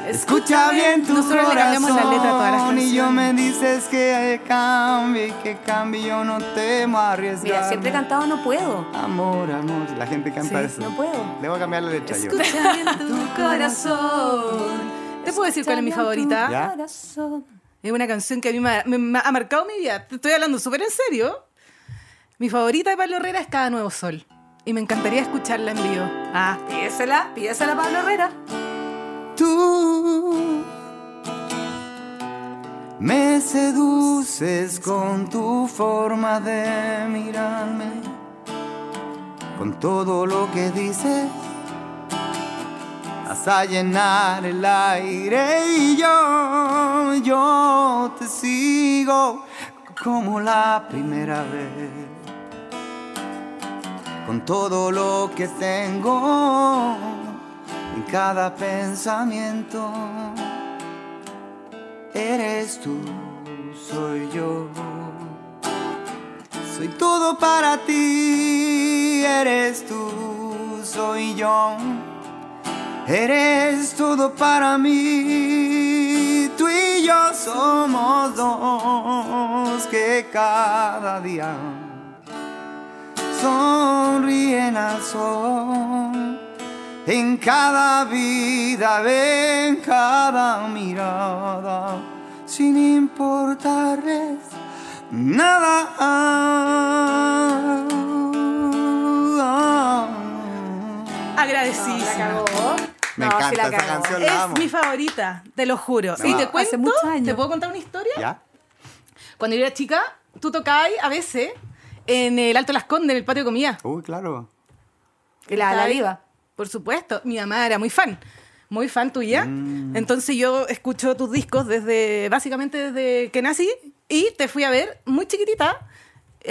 [SPEAKER 4] Escucha bien tu
[SPEAKER 2] Nosotros le cambiamos la letra a todas las
[SPEAKER 4] corazón y yo
[SPEAKER 2] canciones.
[SPEAKER 4] me dices que cambie, que cambie, yo no temo arriesgar.
[SPEAKER 3] Mira, siempre he cantado no puedo.
[SPEAKER 4] Amor, amor, la gente canta
[SPEAKER 3] Sí,
[SPEAKER 4] eso.
[SPEAKER 3] no puedo.
[SPEAKER 4] Le voy a cambiar la letra yo.
[SPEAKER 3] Escucha bien tu corazón.
[SPEAKER 2] ¿Te puedo decir cuál es mi
[SPEAKER 3] Escucha bien
[SPEAKER 2] favorita?
[SPEAKER 3] tu
[SPEAKER 4] ¿Ya?
[SPEAKER 3] corazón.
[SPEAKER 2] Es una canción que a mí me ha, me- me ha marcado mi vida. Te estoy hablando súper en serio. Mi favorita de Pablo Herrera es Cada Nuevo Sol. Y me encantaría escucharla en vivo. Ah,
[SPEAKER 3] Pídesela, pídesela a Pablo Herrera.
[SPEAKER 4] Tú Me seduces con tu forma de mirarme, con todo lo que dices. Vas a llenar el aire y yo, yo te sigo como la primera vez. Con todo lo que tengo en cada pensamiento, eres tú, soy yo. Soy todo para ti, eres tú, soy yo. Eres todo para mí, tú y yo somos dos que cada día sonríen al sol. En cada vida, en cada mirada, sin importarles nada.
[SPEAKER 2] Agradecidísima.
[SPEAKER 4] Me
[SPEAKER 3] No, sí
[SPEAKER 4] encanta
[SPEAKER 3] la
[SPEAKER 4] esa
[SPEAKER 3] cagó.
[SPEAKER 4] canción, la amo.
[SPEAKER 2] es mi favorita, te lo juro.
[SPEAKER 4] Sí,
[SPEAKER 2] y te
[SPEAKER 4] hace
[SPEAKER 2] cuento,
[SPEAKER 3] muchos años.
[SPEAKER 2] ¿te puedo contar una historia?
[SPEAKER 4] ¿Ya?
[SPEAKER 2] Cuando yo era chica, tú tocabas a veces en el Alto Las Condes, en el patio de comida.
[SPEAKER 4] Uy, claro.
[SPEAKER 3] La, la
[SPEAKER 2] ¿Cachai?
[SPEAKER 3] diva.
[SPEAKER 2] Por supuesto, mi mamá era muy fan, muy fan tuya.
[SPEAKER 4] Mm.
[SPEAKER 2] Entonces yo escucho tus discos desde, básicamente desde que nací y te fui a ver muy chiquitita.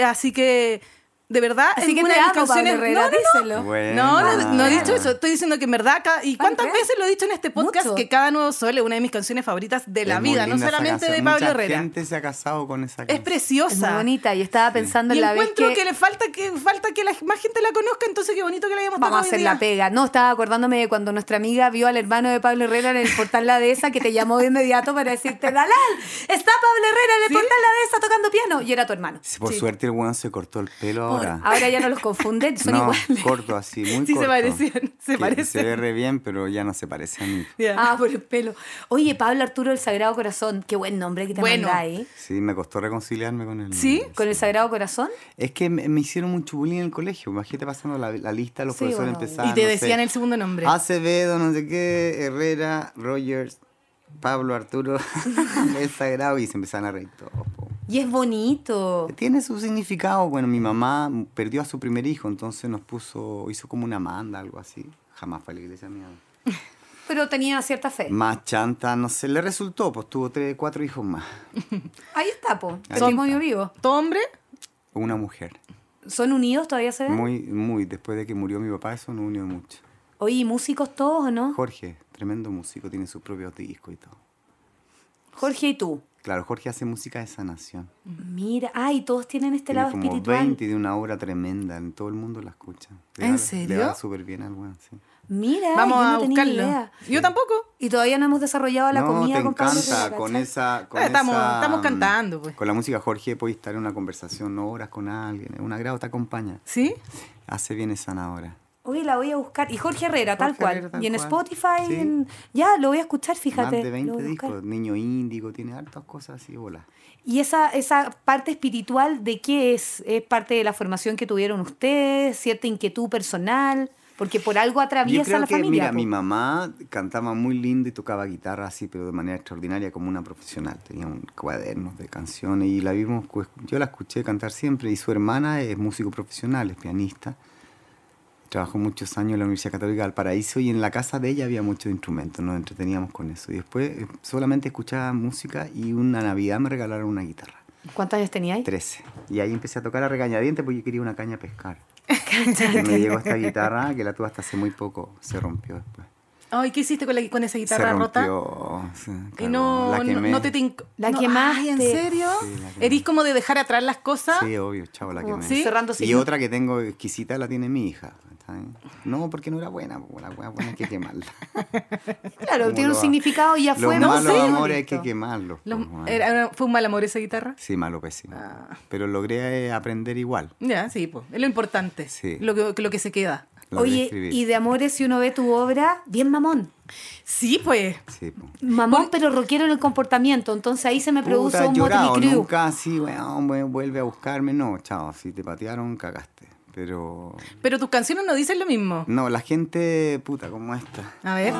[SPEAKER 2] Así que, de verdad,
[SPEAKER 3] Así que
[SPEAKER 2] alguna
[SPEAKER 3] te
[SPEAKER 2] de mis
[SPEAKER 3] amo, Pablo
[SPEAKER 2] No,
[SPEAKER 3] Herrera,
[SPEAKER 2] no, no.
[SPEAKER 3] díselo.
[SPEAKER 4] Bueno.
[SPEAKER 2] No, no, no he dicho eso. Estoy diciendo que en verdad, ca- y cuántas
[SPEAKER 3] Pan,
[SPEAKER 2] veces lo he dicho en este podcast,
[SPEAKER 3] Mucho.
[SPEAKER 2] que cada nuevo sol es una de mis canciones favoritas de la
[SPEAKER 4] Es muy
[SPEAKER 2] vida, no
[SPEAKER 4] linda esa
[SPEAKER 2] solamente de
[SPEAKER 4] canción.
[SPEAKER 2] Pablo
[SPEAKER 4] Mucha
[SPEAKER 2] Herrera.
[SPEAKER 4] gente se ha casado con esa
[SPEAKER 2] Es
[SPEAKER 4] canción.
[SPEAKER 2] preciosa.
[SPEAKER 3] Es muy bonita y estaba pensando
[SPEAKER 2] Y
[SPEAKER 3] en la vez
[SPEAKER 2] encuentro
[SPEAKER 3] que,
[SPEAKER 2] que... le falta que falta que la, más gente la conozca, entonces qué bonito que la hayamos
[SPEAKER 3] vamos
[SPEAKER 2] tocado
[SPEAKER 3] a
[SPEAKER 2] hoy
[SPEAKER 3] hacer
[SPEAKER 2] día.
[SPEAKER 3] la pega. No, estaba acordándome de cuando nuestra amiga vio al hermano de Pablo Herrera en el portal La Dehesa que te llamó de inmediato para decirte, Dalal, está Pablo Herrera en el
[SPEAKER 2] ¿Sí?
[SPEAKER 3] portal La Dehesa tocando piano. Y era tu hermano.
[SPEAKER 4] Sí, Por
[SPEAKER 2] Sí. ah,
[SPEAKER 4] suerte el weón se cortó el pelo
[SPEAKER 3] Por-
[SPEAKER 4] ahora.
[SPEAKER 3] Ahora ya no los confunden, son
[SPEAKER 4] no,
[SPEAKER 3] iguales.
[SPEAKER 4] corto así, muy
[SPEAKER 2] (laughs) Sí, se
[SPEAKER 4] corto.
[SPEAKER 2] parecían, se
[SPEAKER 4] Que Se ve
[SPEAKER 2] parecen.
[SPEAKER 4] re bien, pero ya no se parece a mí.
[SPEAKER 2] Ya.
[SPEAKER 3] Ah, por el pelo. Oye, Pablo Arturo del Sagrado Corazón, qué buen nombre que te
[SPEAKER 2] Bueno.
[SPEAKER 3] mandáis.
[SPEAKER 4] Sí, me costó reconciliarme con él.
[SPEAKER 2] ¿Sí?
[SPEAKER 3] ¿Con el Sagrado Corazón?
[SPEAKER 4] Es que me, me hicieron mucho bullying en el colegio. Imagínate pasando la, la lista, los
[SPEAKER 3] Sí,
[SPEAKER 4] profesores
[SPEAKER 3] bueno.
[SPEAKER 4] empezaban.
[SPEAKER 2] Y te
[SPEAKER 4] Ah, no
[SPEAKER 2] decían
[SPEAKER 4] sé, Ah,
[SPEAKER 2] el segundo nombre.
[SPEAKER 4] Acevedo, no sé qué, Herrera, Rogers,
[SPEAKER 2] (laughs)
[SPEAKER 4] Pablo, Arturo, (laughs) el Sagrado, y se empezaban a reír todos.
[SPEAKER 2] Oh.
[SPEAKER 4] po.
[SPEAKER 3] Y es bonito.
[SPEAKER 4] Tiene su significado. Bueno, mi mamá perdió a su primer hijo, entonces nos puso, hizo como una manda, algo así. Jamás fue a la iglesia mía.
[SPEAKER 3] Pero tenía cierta
[SPEAKER 2] Eh.
[SPEAKER 3] fe.
[SPEAKER 4] Más chanta, no sé, le resultó, pues tuvo tres, cuatro hijos más.
[SPEAKER 3] Ahí está, po.
[SPEAKER 4] Ahí
[SPEAKER 3] Testimonio
[SPEAKER 4] está.
[SPEAKER 3] vivo.
[SPEAKER 2] ¿Todo hombre?
[SPEAKER 4] Una mujer.
[SPEAKER 3] ¿Son unidos todavía
[SPEAKER 2] ¿Eh?
[SPEAKER 3] se ven?
[SPEAKER 4] Muy, muy, después de que murió mi papá, eso nos unió mucho.
[SPEAKER 3] Oye, ¿y músicos todos o no?
[SPEAKER 4] Jorge, tremendo músico, tiene sus propios discos y todo.
[SPEAKER 3] Jorge y tú.
[SPEAKER 4] Claro, Jorge hace música de sanación.
[SPEAKER 3] Mira, ay, todos tienen este
[SPEAKER 4] Tiene
[SPEAKER 3] lado
[SPEAKER 4] como
[SPEAKER 3] espiritual.
[SPEAKER 4] 20 de una obra tremenda, en todo el mundo la escucha. Le
[SPEAKER 2] ¿En
[SPEAKER 4] va-
[SPEAKER 2] serio?
[SPEAKER 4] Le va súper bien al weón, sí.
[SPEAKER 3] Mira,
[SPEAKER 2] Vamos
[SPEAKER 3] yo no
[SPEAKER 2] a
[SPEAKER 3] tenía
[SPEAKER 2] buscarlo.
[SPEAKER 3] idea.
[SPEAKER 2] Yo tampoco.
[SPEAKER 3] Y todavía no hemos desarrollado la
[SPEAKER 4] no,
[SPEAKER 3] comida
[SPEAKER 4] te
[SPEAKER 3] con Pablo
[SPEAKER 4] encanta
[SPEAKER 3] Herrera,
[SPEAKER 4] con
[SPEAKER 3] ¿cachai?
[SPEAKER 4] esa... Con
[SPEAKER 2] Ah, estamos-
[SPEAKER 4] esa,
[SPEAKER 2] estamos
[SPEAKER 4] mm,
[SPEAKER 2] cantando, pues.
[SPEAKER 4] Con la música Jorge podéis estar en una conversación horas con alguien, es un agrado, te acompaña.
[SPEAKER 2] ¿Sí?
[SPEAKER 4] Hace bien sanadora.
[SPEAKER 3] Oye, la voy a buscar. Y Jorge Herrera, tal
[SPEAKER 4] Jorge
[SPEAKER 3] cual.
[SPEAKER 4] Herrera, tal
[SPEAKER 3] y en
[SPEAKER 4] cual.
[SPEAKER 3] Spotify,
[SPEAKER 4] Sí.
[SPEAKER 3] en- ya, lo voy a escuchar, fíjate.
[SPEAKER 4] Más de
[SPEAKER 3] lo
[SPEAKER 4] 20
[SPEAKER 3] voy a buscar.
[SPEAKER 4] discos, Niño Índigo, tiene hartas cosas así, bola.
[SPEAKER 3] ¿Y esa, esa parte espiritual de qué es? ¿Es parte de la formación que tuvieron ustedes? ¿Cierta inquietud personal? Porque por algo
[SPEAKER 4] Yo
[SPEAKER 3] atraviesa
[SPEAKER 4] creo
[SPEAKER 3] la
[SPEAKER 4] que,
[SPEAKER 3] familia.
[SPEAKER 4] mira,
[SPEAKER 3] po.
[SPEAKER 4] mi mamá cantaba muy lindo y tocaba guitarra así, pero de manera extraordinaria, como una profesional. Tenía un cuaderno de canciones y la vimos, pues, yo la escuché cantar siempre. Y su hermana es músico profesional, es pianista. Trabajó muchos años en la Universidad Católica del Paraíso y en la casa de ella había muchos instrumentos, nos entreteníamos con eso. Y después eh, solamente escuchaba música y una Navidad me regalaron una guitarra,
[SPEAKER 3] ¿Cuántos años teníais?
[SPEAKER 4] 13. Y ahí empecé a tocar a regañadientes porque yo quería una caña
[SPEAKER 3] (laughs)
[SPEAKER 4] a pescar. Y me llegó esta guitarra que la tuve hasta hace muy poco, se rompió después.
[SPEAKER 2] Ay, ¿qué hiciste con, la, con esa
[SPEAKER 4] Se
[SPEAKER 2] guitarra rota?
[SPEAKER 4] rompió. se
[SPEAKER 2] Y
[SPEAKER 4] cagó,
[SPEAKER 2] no,
[SPEAKER 4] la
[SPEAKER 2] no,
[SPEAKER 4] quemé.
[SPEAKER 2] no te tinc-
[SPEAKER 3] La
[SPEAKER 2] no,
[SPEAKER 3] quemaste.
[SPEAKER 2] Ay, ¿en serio?
[SPEAKER 4] Sí, la quemé.
[SPEAKER 2] Eres como de dejar atrás las cosas.
[SPEAKER 4] Sí, obvio, chavo,
[SPEAKER 3] Oh,
[SPEAKER 4] la quemé.
[SPEAKER 2] ¿Sí?
[SPEAKER 3] Cerrando
[SPEAKER 4] Y
[SPEAKER 3] ciclo.
[SPEAKER 4] otra que tengo exquisita la tiene mi hija. ¿cachai? No, porque no era buena, po, la wea buena hay que quemarla.
[SPEAKER 3] (laughs) Claro,
[SPEAKER 4] ¿Cómo
[SPEAKER 3] tiene
[SPEAKER 4] lo
[SPEAKER 3] un
[SPEAKER 4] va?
[SPEAKER 3] significado y ya
[SPEAKER 4] Los
[SPEAKER 3] fue.
[SPEAKER 4] malos
[SPEAKER 3] sé.
[SPEAKER 4] amores hay que
[SPEAKER 3] Listo.
[SPEAKER 4] quemarlos. po,
[SPEAKER 2] Los-
[SPEAKER 4] weón.
[SPEAKER 2] era- era- ¿Fue un mal amor esa guitarra?
[SPEAKER 4] Sí, malo pésimo.
[SPEAKER 3] Ah.
[SPEAKER 4] Pero logré eh, aprender igual.
[SPEAKER 2] Ya, sí, pues. Es lo importante.
[SPEAKER 4] Sí.
[SPEAKER 2] Lo, que, lo que se queda.
[SPEAKER 4] Logré
[SPEAKER 3] Oye,
[SPEAKER 4] escribir.
[SPEAKER 3] y de amores, si uno ve tu obra, bien mamón.
[SPEAKER 2] Sí, pues.
[SPEAKER 4] Sí, po.
[SPEAKER 3] Mamón, pero rockero en el comportamiento. Entonces ahí se me produce
[SPEAKER 4] Puta,
[SPEAKER 3] un
[SPEAKER 4] llorado,
[SPEAKER 3] Motley Crue.
[SPEAKER 4] nunca así, weón, we- vuelve a buscarme. No, chao, si te patearon, cagaste. Pero...
[SPEAKER 2] Pero tus canciones no dicen lo mismo.
[SPEAKER 4] No, la gente, puta, como esta.
[SPEAKER 2] A ver.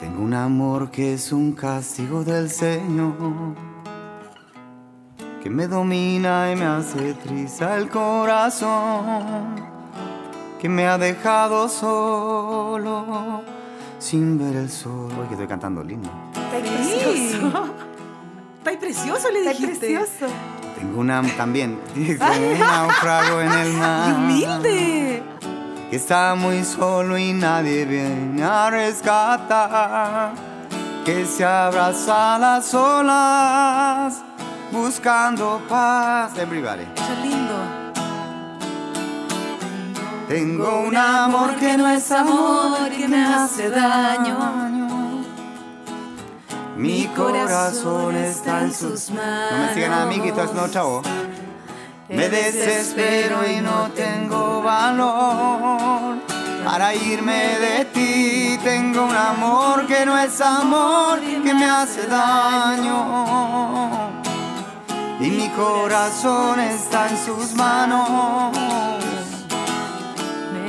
[SPEAKER 4] Tengo Un amor que es un castigo del Señor, que me domina y me hace triza el corazón, que me ha dejado solo sin ver el sol. Oye, que estoy cantando lindo.
[SPEAKER 2] Sí. (laughs)
[SPEAKER 3] Está precioso.
[SPEAKER 2] Estáis precioso, le
[SPEAKER 3] Está
[SPEAKER 2] dijiste.
[SPEAKER 3] precioso.
[SPEAKER 4] Tengo una también, (laughs)
[SPEAKER 3] (laughs)
[SPEAKER 4] como un náufrago en el
[SPEAKER 2] Y
[SPEAKER 4] mar.
[SPEAKER 2] humilde.
[SPEAKER 4] que está muy solo y nadie viene a rescatar, que se abraza a las olas buscando paz. Everybody.
[SPEAKER 2] Eso es lindo.
[SPEAKER 4] Tengo un amor que no es amor, que me hace daño. Mi corazón está en sus manos. No me sigan a mí, que esto es no chavo. Me desespero y no tengo valor para irme de ti. Tengo un amor que no es amor, que me hace daño. Y mi corazón está en sus manos.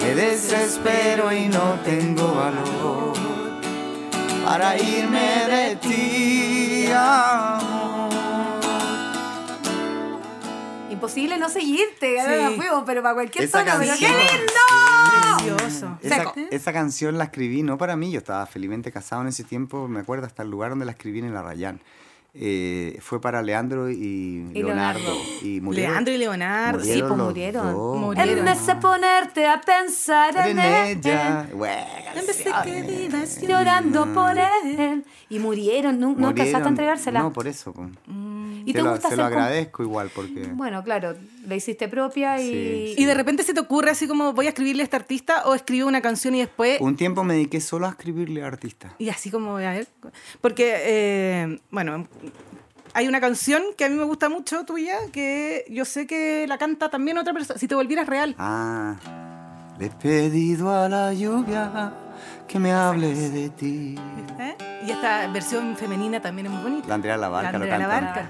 [SPEAKER 4] Me desespero y no tengo valor para irme de ti. amor.
[SPEAKER 3] Imposible no seguirte, ganó
[SPEAKER 2] Sí.
[SPEAKER 3] la fuego, pero para cualquier
[SPEAKER 4] Esa
[SPEAKER 3] zona, pero qué
[SPEAKER 4] canción.
[SPEAKER 3] lindo.
[SPEAKER 2] Precioso.
[SPEAKER 4] Esa,
[SPEAKER 3] Seco.
[SPEAKER 4] esa canción la escribí no para mí, yo estaba felizmente casado en ese tiempo, me acuerdo hasta el lugar donde la escribí en la Rayán. Eh, fue para Leandro y,
[SPEAKER 3] Y
[SPEAKER 4] Leonardo.
[SPEAKER 3] Leonardo.
[SPEAKER 4] Y murieron,
[SPEAKER 2] Leandro y Leonardo.
[SPEAKER 3] Sí, pues
[SPEAKER 4] los
[SPEAKER 3] murieron.
[SPEAKER 4] dos.
[SPEAKER 2] Murieron.
[SPEAKER 3] Él me hace ponerte a pensar en,
[SPEAKER 4] En ella.
[SPEAKER 3] él,
[SPEAKER 4] Buena
[SPEAKER 2] Empecé que vivas yo.
[SPEAKER 3] llorando por él. Y murieron, no, no alcanzaste a
[SPEAKER 4] Murieron.
[SPEAKER 3] entregársela.
[SPEAKER 4] No, por eso. po.
[SPEAKER 3] y
[SPEAKER 4] se
[SPEAKER 3] te
[SPEAKER 4] lo,
[SPEAKER 3] gusta
[SPEAKER 4] se lo
[SPEAKER 3] hacer con-
[SPEAKER 4] agradezco igual porque...
[SPEAKER 3] Bueno, claro, la hiciste propia y.
[SPEAKER 4] Sí, sí.
[SPEAKER 2] Y de repente se te ocurre así como voy a escribirle a este artista o escribo una canción y después
[SPEAKER 4] Un tiempo me dediqué solo a escribirle a artistas.
[SPEAKER 2] Y así como, a ver, porque, eh, bueno, hay una canción que a mí me gusta mucho tuya, que yo sé que la canta también otra persona, si te volvieras real.
[SPEAKER 4] Ah, le he pedido a la lluvia que me hable de ti.
[SPEAKER 2] ¿eh? Y esta versión femenina también es muy bonita.
[SPEAKER 4] La Andrea Labarca lo
[SPEAKER 2] Andrea
[SPEAKER 4] canta.
[SPEAKER 2] Labarca.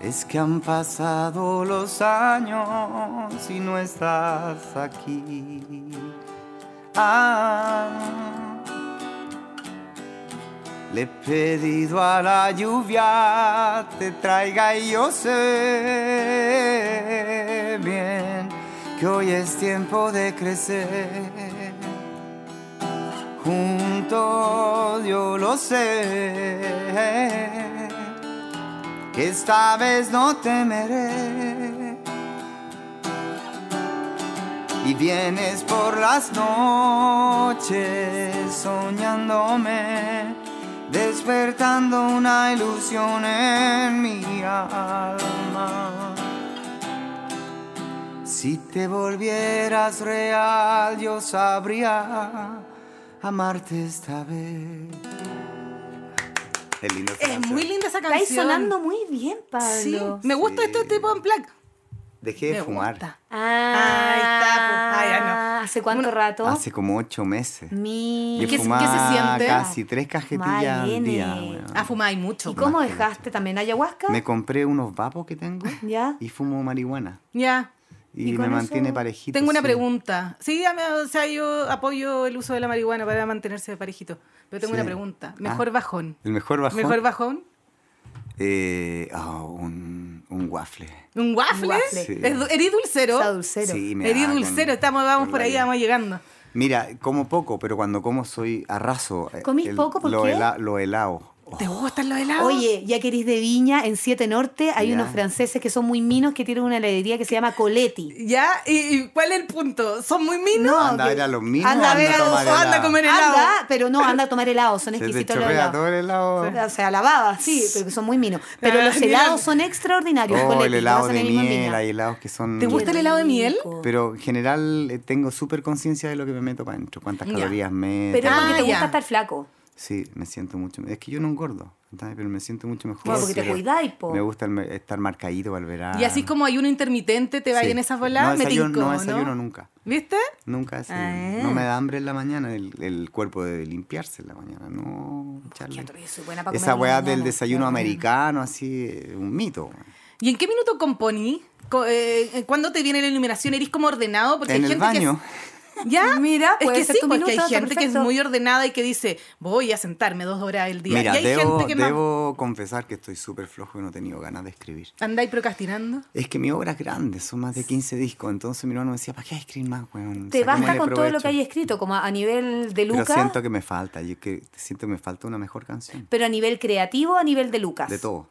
[SPEAKER 4] Es que han pasado los años y no estás aquí. Ah, le he pedido a la lluvia te traiga y yo sé bien que hoy es tiempo de crecer. Juntos yo lo sé que esta vez no temeré. Y vienes por las noches soñándome, despertando una ilusión en mi alma. Si te volvieras real, yo sabría amarte esta vez. Es lindo.
[SPEAKER 2] Es muy linda esa canción.
[SPEAKER 3] Estáis sonando muy bien,
[SPEAKER 2] Sí,
[SPEAKER 3] Pablo.
[SPEAKER 2] me gusta este tipo de placa.
[SPEAKER 4] Dejé de
[SPEAKER 2] Me
[SPEAKER 4] fumar.
[SPEAKER 2] gusta.
[SPEAKER 3] Ah,
[SPEAKER 2] Ahí está, pues. Ay, ah, no.
[SPEAKER 3] ¿Hace cuánto rato?
[SPEAKER 4] Hace como ocho meses.
[SPEAKER 3] Mi-
[SPEAKER 4] Yo
[SPEAKER 2] qué se-
[SPEAKER 4] fumaba
[SPEAKER 2] qué se siente?
[SPEAKER 4] casi tres cajetillas al
[SPEAKER 3] Malene.
[SPEAKER 4] día. weón.
[SPEAKER 2] Ah, fumáis mucho.
[SPEAKER 3] ¿Y cómo
[SPEAKER 4] más que
[SPEAKER 3] dejaste también ayahuasca?
[SPEAKER 4] Me compré unos vapos que tengo
[SPEAKER 3] ¿Ya?
[SPEAKER 4] y fumo marihuana.
[SPEAKER 2] Ya.
[SPEAKER 4] Y,
[SPEAKER 3] ¿Y
[SPEAKER 4] me
[SPEAKER 3] con
[SPEAKER 4] mantiene
[SPEAKER 3] eso?
[SPEAKER 4] parejito.
[SPEAKER 2] Tengo una
[SPEAKER 4] pues sí.
[SPEAKER 2] pregunta. Sí, a mí, o sea, yo apoyo el uso de la marihuana para mantenerse parejito. Pero tengo
[SPEAKER 4] Sí.
[SPEAKER 2] una pregunta. Mejor
[SPEAKER 4] Ah.
[SPEAKER 2] bajón.
[SPEAKER 4] ¿El mejor bajón?
[SPEAKER 2] ¿Mejor bajón?
[SPEAKER 4] Eh, ah, un, un waffle.
[SPEAKER 2] ¿Un waffle?
[SPEAKER 3] Un waffle.
[SPEAKER 4] Sí.
[SPEAKER 2] Es du- ¿Eres dulcero?
[SPEAKER 3] Está dulcero.
[SPEAKER 4] Sí, me
[SPEAKER 2] Eres
[SPEAKER 4] da con-
[SPEAKER 2] dulcero, estamos, vamos
[SPEAKER 4] con
[SPEAKER 2] por
[SPEAKER 4] la
[SPEAKER 2] ahí,
[SPEAKER 4] vida.
[SPEAKER 2] vamos llegando.
[SPEAKER 4] Mira, como poco, pero cuando como soy arraso. eh,
[SPEAKER 3] ¿Comís poco? ¿Por
[SPEAKER 4] lo
[SPEAKER 3] qué?
[SPEAKER 4] hela- lo helado. Oh,
[SPEAKER 2] ¿Te gustan los helados?
[SPEAKER 3] Oye, ya que eres de Viña, en Siete Norte hay
[SPEAKER 4] Ya.
[SPEAKER 3] unos franceses que son muy minos que tienen una heladería que se llama Coletti.
[SPEAKER 2] ¿Ya? ¿Y, y cuál es el punto? ¿Son muy minos?
[SPEAKER 4] anda a ver a los mismos.
[SPEAKER 3] anda a ver a
[SPEAKER 4] tomar
[SPEAKER 3] los-
[SPEAKER 4] helado.
[SPEAKER 2] anda a comer helado.
[SPEAKER 3] Anda, pero no, anda a tomar helado, son
[SPEAKER 4] (laughs) Se te
[SPEAKER 3] exquisitos los
[SPEAKER 4] chorrea
[SPEAKER 3] helados.
[SPEAKER 4] todo el helado.
[SPEAKER 3] O sea, la baba, sí, pero son muy (laughs) minos. Pero
[SPEAKER 2] Ah,
[SPEAKER 3] los
[SPEAKER 2] mira.
[SPEAKER 3] helados son extraordinarios.
[SPEAKER 4] Oh,
[SPEAKER 3] Coletti,
[SPEAKER 4] el
[SPEAKER 3] lo
[SPEAKER 4] helado
[SPEAKER 3] hacen
[SPEAKER 4] de
[SPEAKER 3] ahí mismo en
[SPEAKER 4] miel,
[SPEAKER 3] Viña.
[SPEAKER 4] hay helados que son...
[SPEAKER 2] ¿Te gusta el helado de miel?
[SPEAKER 3] Rico.
[SPEAKER 4] Pero en general eh, tengo súper conciencia de lo que me meto para adentro, cuántas
[SPEAKER 2] Ya.
[SPEAKER 4] calorías me...
[SPEAKER 3] Pero es
[SPEAKER 2] Ah,
[SPEAKER 3] porque te
[SPEAKER 2] ya.
[SPEAKER 3] gusta estar flaco.
[SPEAKER 4] Sí, me siento mucho... Es que yo no engordo, ¿entendés? pero me siento mucho mejor.
[SPEAKER 3] Bueno, porque te
[SPEAKER 4] Pero
[SPEAKER 3] cuidáis, po.
[SPEAKER 4] Me gusta el me- estar marcadito al verano.
[SPEAKER 2] Y así como hay uno intermitente, te
[SPEAKER 4] Sí.
[SPEAKER 2] vayan esas voladas,
[SPEAKER 4] no
[SPEAKER 2] me
[SPEAKER 4] desayuno,
[SPEAKER 2] tincó,
[SPEAKER 4] No desayuno nunca.
[SPEAKER 2] ¿Viste?
[SPEAKER 4] Nunca desayuno.
[SPEAKER 2] Ah.
[SPEAKER 4] No me da hambre en la mañana. El, el cuerpo debe limpiarse en la mañana, no echarle.
[SPEAKER 3] Yo soy buena para comer
[SPEAKER 4] Esa
[SPEAKER 3] en la
[SPEAKER 4] weá del
[SPEAKER 3] mañana.
[SPEAKER 4] desayuno
[SPEAKER 3] Claro.
[SPEAKER 4] americano, así, eh, un mito.
[SPEAKER 2] ¿Y en qué minuto componí? Co- eh, ¿Cuándo te viene la iluminación? ¿Eres como ordenado? Porque
[SPEAKER 4] en
[SPEAKER 2] hay
[SPEAKER 4] el
[SPEAKER 2] gente que es-
[SPEAKER 4] baño.
[SPEAKER 2] ¿Ya?
[SPEAKER 3] (laughs) Mira,
[SPEAKER 2] es
[SPEAKER 3] puede
[SPEAKER 2] que
[SPEAKER 3] ser
[SPEAKER 2] sí,
[SPEAKER 3] tu
[SPEAKER 2] porque
[SPEAKER 3] minuto,
[SPEAKER 2] hay
[SPEAKER 3] está
[SPEAKER 2] gente que es
[SPEAKER 3] perfecto.
[SPEAKER 2] muy ordenada y que dice, voy a sentarme dos horas al día.
[SPEAKER 4] Mira,
[SPEAKER 2] y hay
[SPEAKER 4] debo,
[SPEAKER 2] gente que más-
[SPEAKER 4] debo confesar que estoy súper flojo y no he tenido ganas de escribir.
[SPEAKER 2] andáis procrastinando.
[SPEAKER 4] Es que mi obra es grande, son más de 15 discos, entonces mi hermano me decía, ¿para qué escribir más, weón?
[SPEAKER 3] Te
[SPEAKER 4] Saquémosle
[SPEAKER 3] basta con todo lo
[SPEAKER 4] provecho".
[SPEAKER 3] que hay escrito, como a, a nivel de
[SPEAKER 4] Pero
[SPEAKER 3] Lucas,
[SPEAKER 4] siento que me falta, yo que siento que me falta una mejor canción.
[SPEAKER 3] pero a nivel creativo, a nivel de Lucas.
[SPEAKER 4] De todo.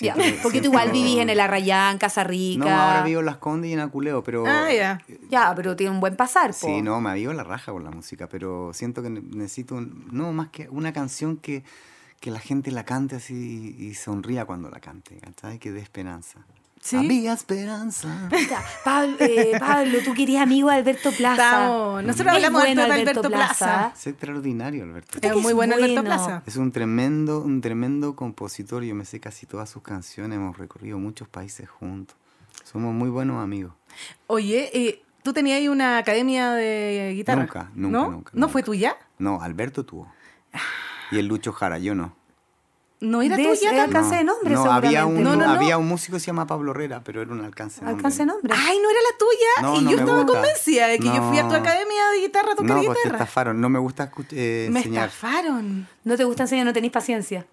[SPEAKER 3] Ya,
[SPEAKER 4] Siento que-
[SPEAKER 3] Porque tú
[SPEAKER 4] siento-
[SPEAKER 3] igual vivís en el Arrayán, Casa Rica.
[SPEAKER 4] No, ahora vivo en Las Condes y en Aculeo, pero...
[SPEAKER 2] Ah, ya.
[SPEAKER 3] Ya, pero tiene un buen pasar, po.
[SPEAKER 4] Sí, no, me avivo la raja con la música, pero siento que ne- necesito, un- no, más que una canción que, que la gente la cante así y, y sonría cuando la cante, ¿cachai? Que dé esperanza.
[SPEAKER 2] Sí.
[SPEAKER 4] Había esperanza.
[SPEAKER 3] Ya, Pablo, eh, Pablo, tú querías amigo de Alberto Plaza.
[SPEAKER 2] Estamos. Nosotros
[SPEAKER 3] Es
[SPEAKER 2] hablamos
[SPEAKER 3] bueno
[SPEAKER 2] harto de Alberto Plaza.
[SPEAKER 4] es extraordinario, Alberto.
[SPEAKER 2] Es
[SPEAKER 3] que
[SPEAKER 2] muy
[SPEAKER 3] es
[SPEAKER 2] buena Alberto
[SPEAKER 3] bueno.
[SPEAKER 2] Plaza.
[SPEAKER 4] Es un tremendo, un tremendo compositor. Yo me sé casi todas sus canciones. Hemos recorrido muchos países juntos. Somos muy buenos amigos.
[SPEAKER 2] Oye, eh, tú tenías ahí una academia de guitarra.
[SPEAKER 4] Nunca, nunca,
[SPEAKER 2] ¿No?
[SPEAKER 4] nunca,
[SPEAKER 2] ¿No
[SPEAKER 4] nunca.
[SPEAKER 2] fue tuya?
[SPEAKER 4] No, Alberto tuvo. Y el Lucho Jara, yo no.
[SPEAKER 2] No era
[SPEAKER 3] De-
[SPEAKER 2] tuya
[SPEAKER 3] era
[SPEAKER 2] tampoco.
[SPEAKER 3] Alcance de nombre,
[SPEAKER 4] no, había un,
[SPEAKER 3] seguramente.
[SPEAKER 2] No, no, no.
[SPEAKER 4] había un músico que se llama Pablo Herrera, pero era un alcance de nombre.
[SPEAKER 3] Alcance de nombre.
[SPEAKER 2] Ay, no era la tuya.
[SPEAKER 4] No,
[SPEAKER 2] y
[SPEAKER 4] no
[SPEAKER 2] yo
[SPEAKER 4] me
[SPEAKER 2] estaba
[SPEAKER 4] gusta.
[SPEAKER 2] convencida de que yo fui a tu
[SPEAKER 4] No.
[SPEAKER 2] academia de guitarra a tocar
[SPEAKER 4] No, pues te
[SPEAKER 2] guitarra.
[SPEAKER 4] estafaron. No me gusta escu- eh,
[SPEAKER 2] Me
[SPEAKER 4] enseñar.
[SPEAKER 2] estafaron.
[SPEAKER 3] No te gusta enseñar, no tenés paciencia.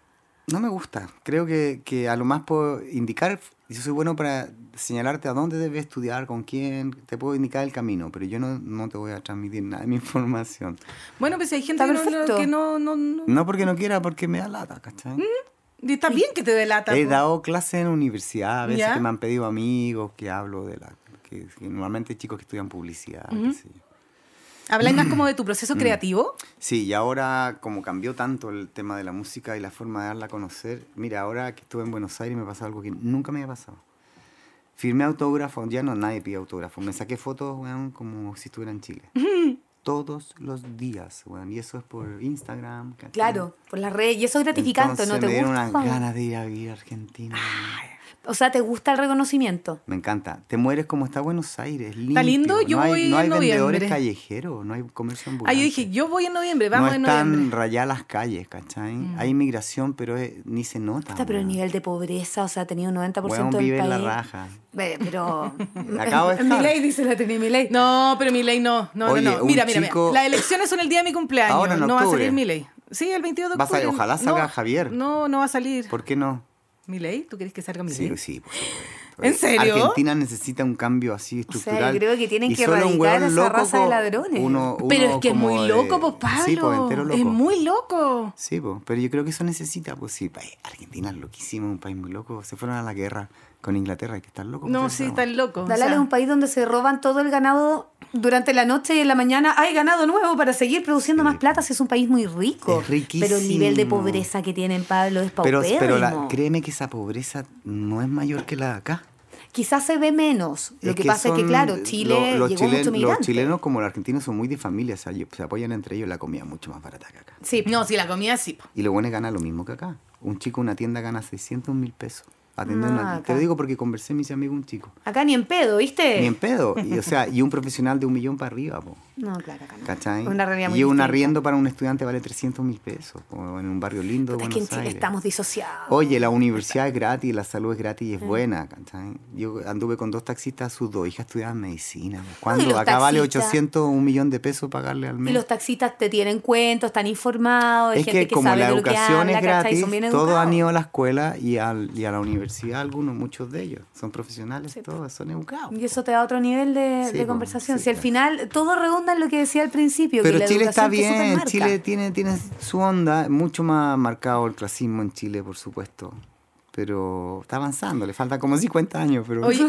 [SPEAKER 4] No me gusta. Creo que, que a lo más puedo indicar, yo soy bueno para señalarte a dónde debes estudiar, con quién, te puedo indicar el camino, pero yo no, no te voy a transmitir nada de mi (laughs) información.
[SPEAKER 2] Bueno, pues si hay gente
[SPEAKER 3] Está
[SPEAKER 2] que no- no,
[SPEAKER 3] perfecto.
[SPEAKER 2] que no, no, no-
[SPEAKER 4] No porque no quiera, porque me da lata, ¿cachai?
[SPEAKER 2] Y Mm, está bien que te pues. delata.
[SPEAKER 4] He
[SPEAKER 2] po.
[SPEAKER 4] dado clases en universidad, a veces
[SPEAKER 2] ¿Ya?
[SPEAKER 4] que me han pedido amigos, que hablo de la... Que, que normalmente chicos que estudian publicidad, qué sé yo.
[SPEAKER 2] Habláis más
[SPEAKER 4] (clears throat)
[SPEAKER 2] como de tu proceso creativo.
[SPEAKER 4] Sí, y ahora como cambió tanto el tema de la música y la forma de darla a conocer, mira, ahora que estuve en Buenos Aires me pasó algo que nunca me había pasado. Firmé autógrafo, ya no nadie pide autógrafo, me saqué fotos, weón, como si estuviera en Chile. Todos los días, weón, y eso es por Instagram. ¿cachai?
[SPEAKER 3] Claro, por las redes. Y eso es gratificante,
[SPEAKER 4] Mm. Entonces,
[SPEAKER 3] ¿no te
[SPEAKER 4] me dieron
[SPEAKER 3] gusta?
[SPEAKER 4] unas ganas de ir a vivir a Argentina. weón.
[SPEAKER 3] O sea, ¿te gusta el reconocimiento?
[SPEAKER 4] Me encanta. Te mueres como está Buenos Aires. Limpio.
[SPEAKER 2] lindo, yo
[SPEAKER 4] no hay,
[SPEAKER 2] voy
[SPEAKER 4] no hay
[SPEAKER 2] en
[SPEAKER 4] vendedores
[SPEAKER 2] noviembre.
[SPEAKER 4] callejeros, no hay comercio ambulante.
[SPEAKER 2] Ahí Ah, yo dije, yo voy en noviembre, vamos
[SPEAKER 4] no
[SPEAKER 2] en
[SPEAKER 4] están
[SPEAKER 2] noviembre.
[SPEAKER 4] rayadas las calles, ¿cachai? Hay inmigración, pero es- ni se nota.
[SPEAKER 3] Puta, pero el
[SPEAKER 4] weón.
[SPEAKER 3] nivel de pobreza, o sea, ha tenido un 90%
[SPEAKER 4] Ah, Weón
[SPEAKER 3] del
[SPEAKER 4] vive en
[SPEAKER 3] país. Mm,
[SPEAKER 4] la raja.
[SPEAKER 3] Ve,
[SPEAKER 4] (laughs)
[SPEAKER 3] Pero. (laughs)
[SPEAKER 4] Acabo de estar.
[SPEAKER 3] Milei dice la tenía mi ley.
[SPEAKER 2] No, pero mi ley no. No,
[SPEAKER 4] Oye,
[SPEAKER 2] no, no.
[SPEAKER 4] un
[SPEAKER 2] Mira, mira,
[SPEAKER 4] chico-
[SPEAKER 2] mira. Las elecciones son el día de mi cumpleaños.
[SPEAKER 4] Ahora en
[SPEAKER 2] no va a
[SPEAKER 4] octubre.
[SPEAKER 2] salir mi ley. Sí, el 22 de
[SPEAKER 4] Va a
[SPEAKER 2] octubre.
[SPEAKER 4] salir- ojalá salga
[SPEAKER 2] No,
[SPEAKER 4] Javier.
[SPEAKER 2] No, no va a salir.
[SPEAKER 4] ¿Por qué no?
[SPEAKER 2] ¿Mi ley? ¿Tú quieres que salga mi
[SPEAKER 4] Sí,
[SPEAKER 2] ley?
[SPEAKER 4] sí, por supuesto.
[SPEAKER 2] ¿En
[SPEAKER 4] Eh,
[SPEAKER 2] serio?
[SPEAKER 4] Argentina necesita un cambio así
[SPEAKER 3] yo
[SPEAKER 4] estructural.
[SPEAKER 3] creo que tienen
[SPEAKER 4] Y
[SPEAKER 3] que
[SPEAKER 4] solo un
[SPEAKER 3] erradicar
[SPEAKER 4] weón
[SPEAKER 3] esa
[SPEAKER 4] loco
[SPEAKER 3] raza de
[SPEAKER 4] co-
[SPEAKER 3] ladrones.
[SPEAKER 4] uno-
[SPEAKER 2] Pero
[SPEAKER 4] uno
[SPEAKER 2] es que es
[SPEAKER 4] como
[SPEAKER 2] muy
[SPEAKER 4] de-
[SPEAKER 2] loco, pues Pablo.
[SPEAKER 4] Sí, pues entero loco.
[SPEAKER 2] Es muy loco.
[SPEAKER 4] Sí, po, pero yo creo que eso necesita, pues sí, pa- Argentina es loquísimo, un país muy loco. Se fueron a la guerra con Inglaterra, hay que estar loco.
[SPEAKER 2] No,
[SPEAKER 4] pues,
[SPEAKER 2] sí,
[SPEAKER 4] esa
[SPEAKER 2] está
[SPEAKER 4] weá.
[SPEAKER 2] loco. o
[SPEAKER 3] Dalal
[SPEAKER 2] sea.
[SPEAKER 3] es un país donde se roban todo el ganado durante la noche y en la mañana hay ganado nuevo para seguir produciendo más plata. Si es un país muy rico.
[SPEAKER 4] Es
[SPEAKER 3] Pero el nivel de
[SPEAKER 4] riquísimo.
[SPEAKER 3] pobreza que tienen, Pablo, es
[SPEAKER 4] Pero,
[SPEAKER 3] paupérrimo.
[SPEAKER 4] pero la- créeme que esa pobreza no es mayor que la de acá.
[SPEAKER 3] Quizás se ve menos. Lo
[SPEAKER 4] Es
[SPEAKER 3] que, pasa es que,
[SPEAKER 4] son-
[SPEAKER 3] claro, Chile
[SPEAKER 4] lo- los
[SPEAKER 3] llegó
[SPEAKER 4] chilen-
[SPEAKER 3] mucho
[SPEAKER 4] Los
[SPEAKER 3] migrante.
[SPEAKER 4] chilenos como los argentinos son muy de familia, o sea, ellos se apoyan entre ellos, la comida es mucho más barata que acá.
[SPEAKER 3] Sí,
[SPEAKER 2] No, si la comida sí. po.
[SPEAKER 4] Y lo bueno es ganar lo mismo que acá. Un chico en una tienda gana 600 mil pesos. Atendiendo
[SPEAKER 3] Ah,
[SPEAKER 4] una- Te
[SPEAKER 3] acá.
[SPEAKER 4] lo digo porque conversé, me hice amigo un chico.
[SPEAKER 3] acá ni en pedo, ¿viste?
[SPEAKER 4] Ni
[SPEAKER 3] (laughs)
[SPEAKER 4] en pedo. Y, o sea, y un profesional de un millón para arriba, po,
[SPEAKER 3] No, claro, acá no.
[SPEAKER 4] ¿cachai?
[SPEAKER 3] Una realidad muy
[SPEAKER 4] y un
[SPEAKER 3] distinta.
[SPEAKER 4] arriendo para un estudiante vale 300 mil pesos, como en un barrio lindo. de
[SPEAKER 3] Puta, es
[SPEAKER 4] Buenos
[SPEAKER 3] que en Chile
[SPEAKER 4] Aires.
[SPEAKER 3] estamos disociados.
[SPEAKER 4] Oye, la universidad es gratis, la salud es gratis
[SPEAKER 3] Mm.
[SPEAKER 4] y es buena. ¿cachai? Yo anduve con dos taxistas, sus dos hijas estudiaban medicina. Cuando
[SPEAKER 3] los
[SPEAKER 4] acá vale
[SPEAKER 3] taxistas.
[SPEAKER 4] 800, un millón de pesos pagarle al
[SPEAKER 3] Y
[SPEAKER 4] mes.
[SPEAKER 3] los taxistas te tienen cuentos, están informados, hay
[SPEAKER 4] es
[SPEAKER 3] gente
[SPEAKER 4] que,
[SPEAKER 3] que,
[SPEAKER 4] como
[SPEAKER 3] sabe
[SPEAKER 4] la
[SPEAKER 3] de lo que
[SPEAKER 4] educación
[SPEAKER 3] habla,
[SPEAKER 4] es
[SPEAKER 3] ¿cachai?
[SPEAKER 4] gratis,
[SPEAKER 3] Son bien
[SPEAKER 4] todos
[SPEAKER 3] educados.
[SPEAKER 4] han ido a la escuela y, al- y a la universidad, algunos, muchos de ellos. Son profesionales, todos, son educados.
[SPEAKER 3] Y eso te da otro nivel de,
[SPEAKER 4] Sí,
[SPEAKER 3] de
[SPEAKER 4] po,
[SPEAKER 3] conversación.
[SPEAKER 4] sí,
[SPEAKER 3] si al
[SPEAKER 4] claro.
[SPEAKER 3] final todo redunda en lo que decía al principio, que
[SPEAKER 4] Pero
[SPEAKER 3] la
[SPEAKER 4] Chile está
[SPEAKER 3] educación te
[SPEAKER 4] bien,
[SPEAKER 3] supermarca.
[SPEAKER 4] Chile tiene, tiene su onda, mucho más marcado el clasismo en Chile, por supuesto. Pero está avanzando, le faltan como 50 años, pero...
[SPEAKER 3] (laughs)
[SPEAKER 2] Oye,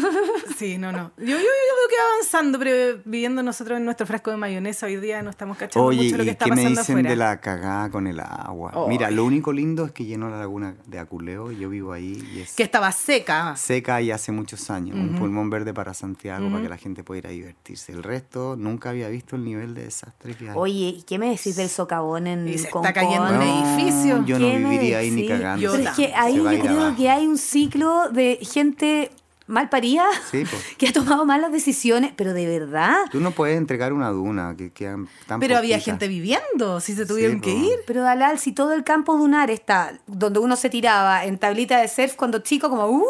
[SPEAKER 2] sí, no, no. Yo, yo, yo veo que va avanzando, pero viviendo nosotros en nuestro frasco de mayonesa hoy día no estamos cachando
[SPEAKER 4] Oye,
[SPEAKER 2] mucho lo
[SPEAKER 4] ¿y
[SPEAKER 2] que está
[SPEAKER 4] qué me
[SPEAKER 2] pasando
[SPEAKER 4] dicen
[SPEAKER 2] afuera.
[SPEAKER 4] de la cagada con el agua?
[SPEAKER 2] Oy.
[SPEAKER 4] Mira, lo único lindo es que llenó la laguna de Aculeo, yo vivo ahí y es
[SPEAKER 2] Que estaba seca.
[SPEAKER 4] seca y hace muchos años. Un pulmón verde para Santiago, para que la gente pueda ir a divertirse. El resto, nunca había visto el nivel de desastre que hay.
[SPEAKER 3] Oye, ¿y qué me decís del socavón en
[SPEAKER 2] Y se está
[SPEAKER 3] Concón?
[SPEAKER 2] cayendo en un edificio.
[SPEAKER 4] Yo no
[SPEAKER 3] ¿Qué me
[SPEAKER 4] viviría ahí ni
[SPEAKER 3] decís?
[SPEAKER 4] cagando.
[SPEAKER 2] Yo
[SPEAKER 3] Pero es que
[SPEAKER 4] Se
[SPEAKER 3] ahí
[SPEAKER 4] va a
[SPEAKER 3] yo
[SPEAKER 4] ir
[SPEAKER 3] creo
[SPEAKER 4] abajo.
[SPEAKER 3] que hay un ciclo de gente mal parida,
[SPEAKER 4] Sí, pues.
[SPEAKER 3] (laughs) que ha tomado malas decisiones, pero de verdad.
[SPEAKER 4] Tú no puedes entregar una duna que quedan tan
[SPEAKER 2] Pero había
[SPEAKER 4] poquitas.
[SPEAKER 2] gente viviendo, si se tuvieron
[SPEAKER 4] po.
[SPEAKER 2] que ir.
[SPEAKER 3] Pero Dalal, si todo el campo dunar está donde uno se tiraba en tablita de surf cuando chico, como ¡wow!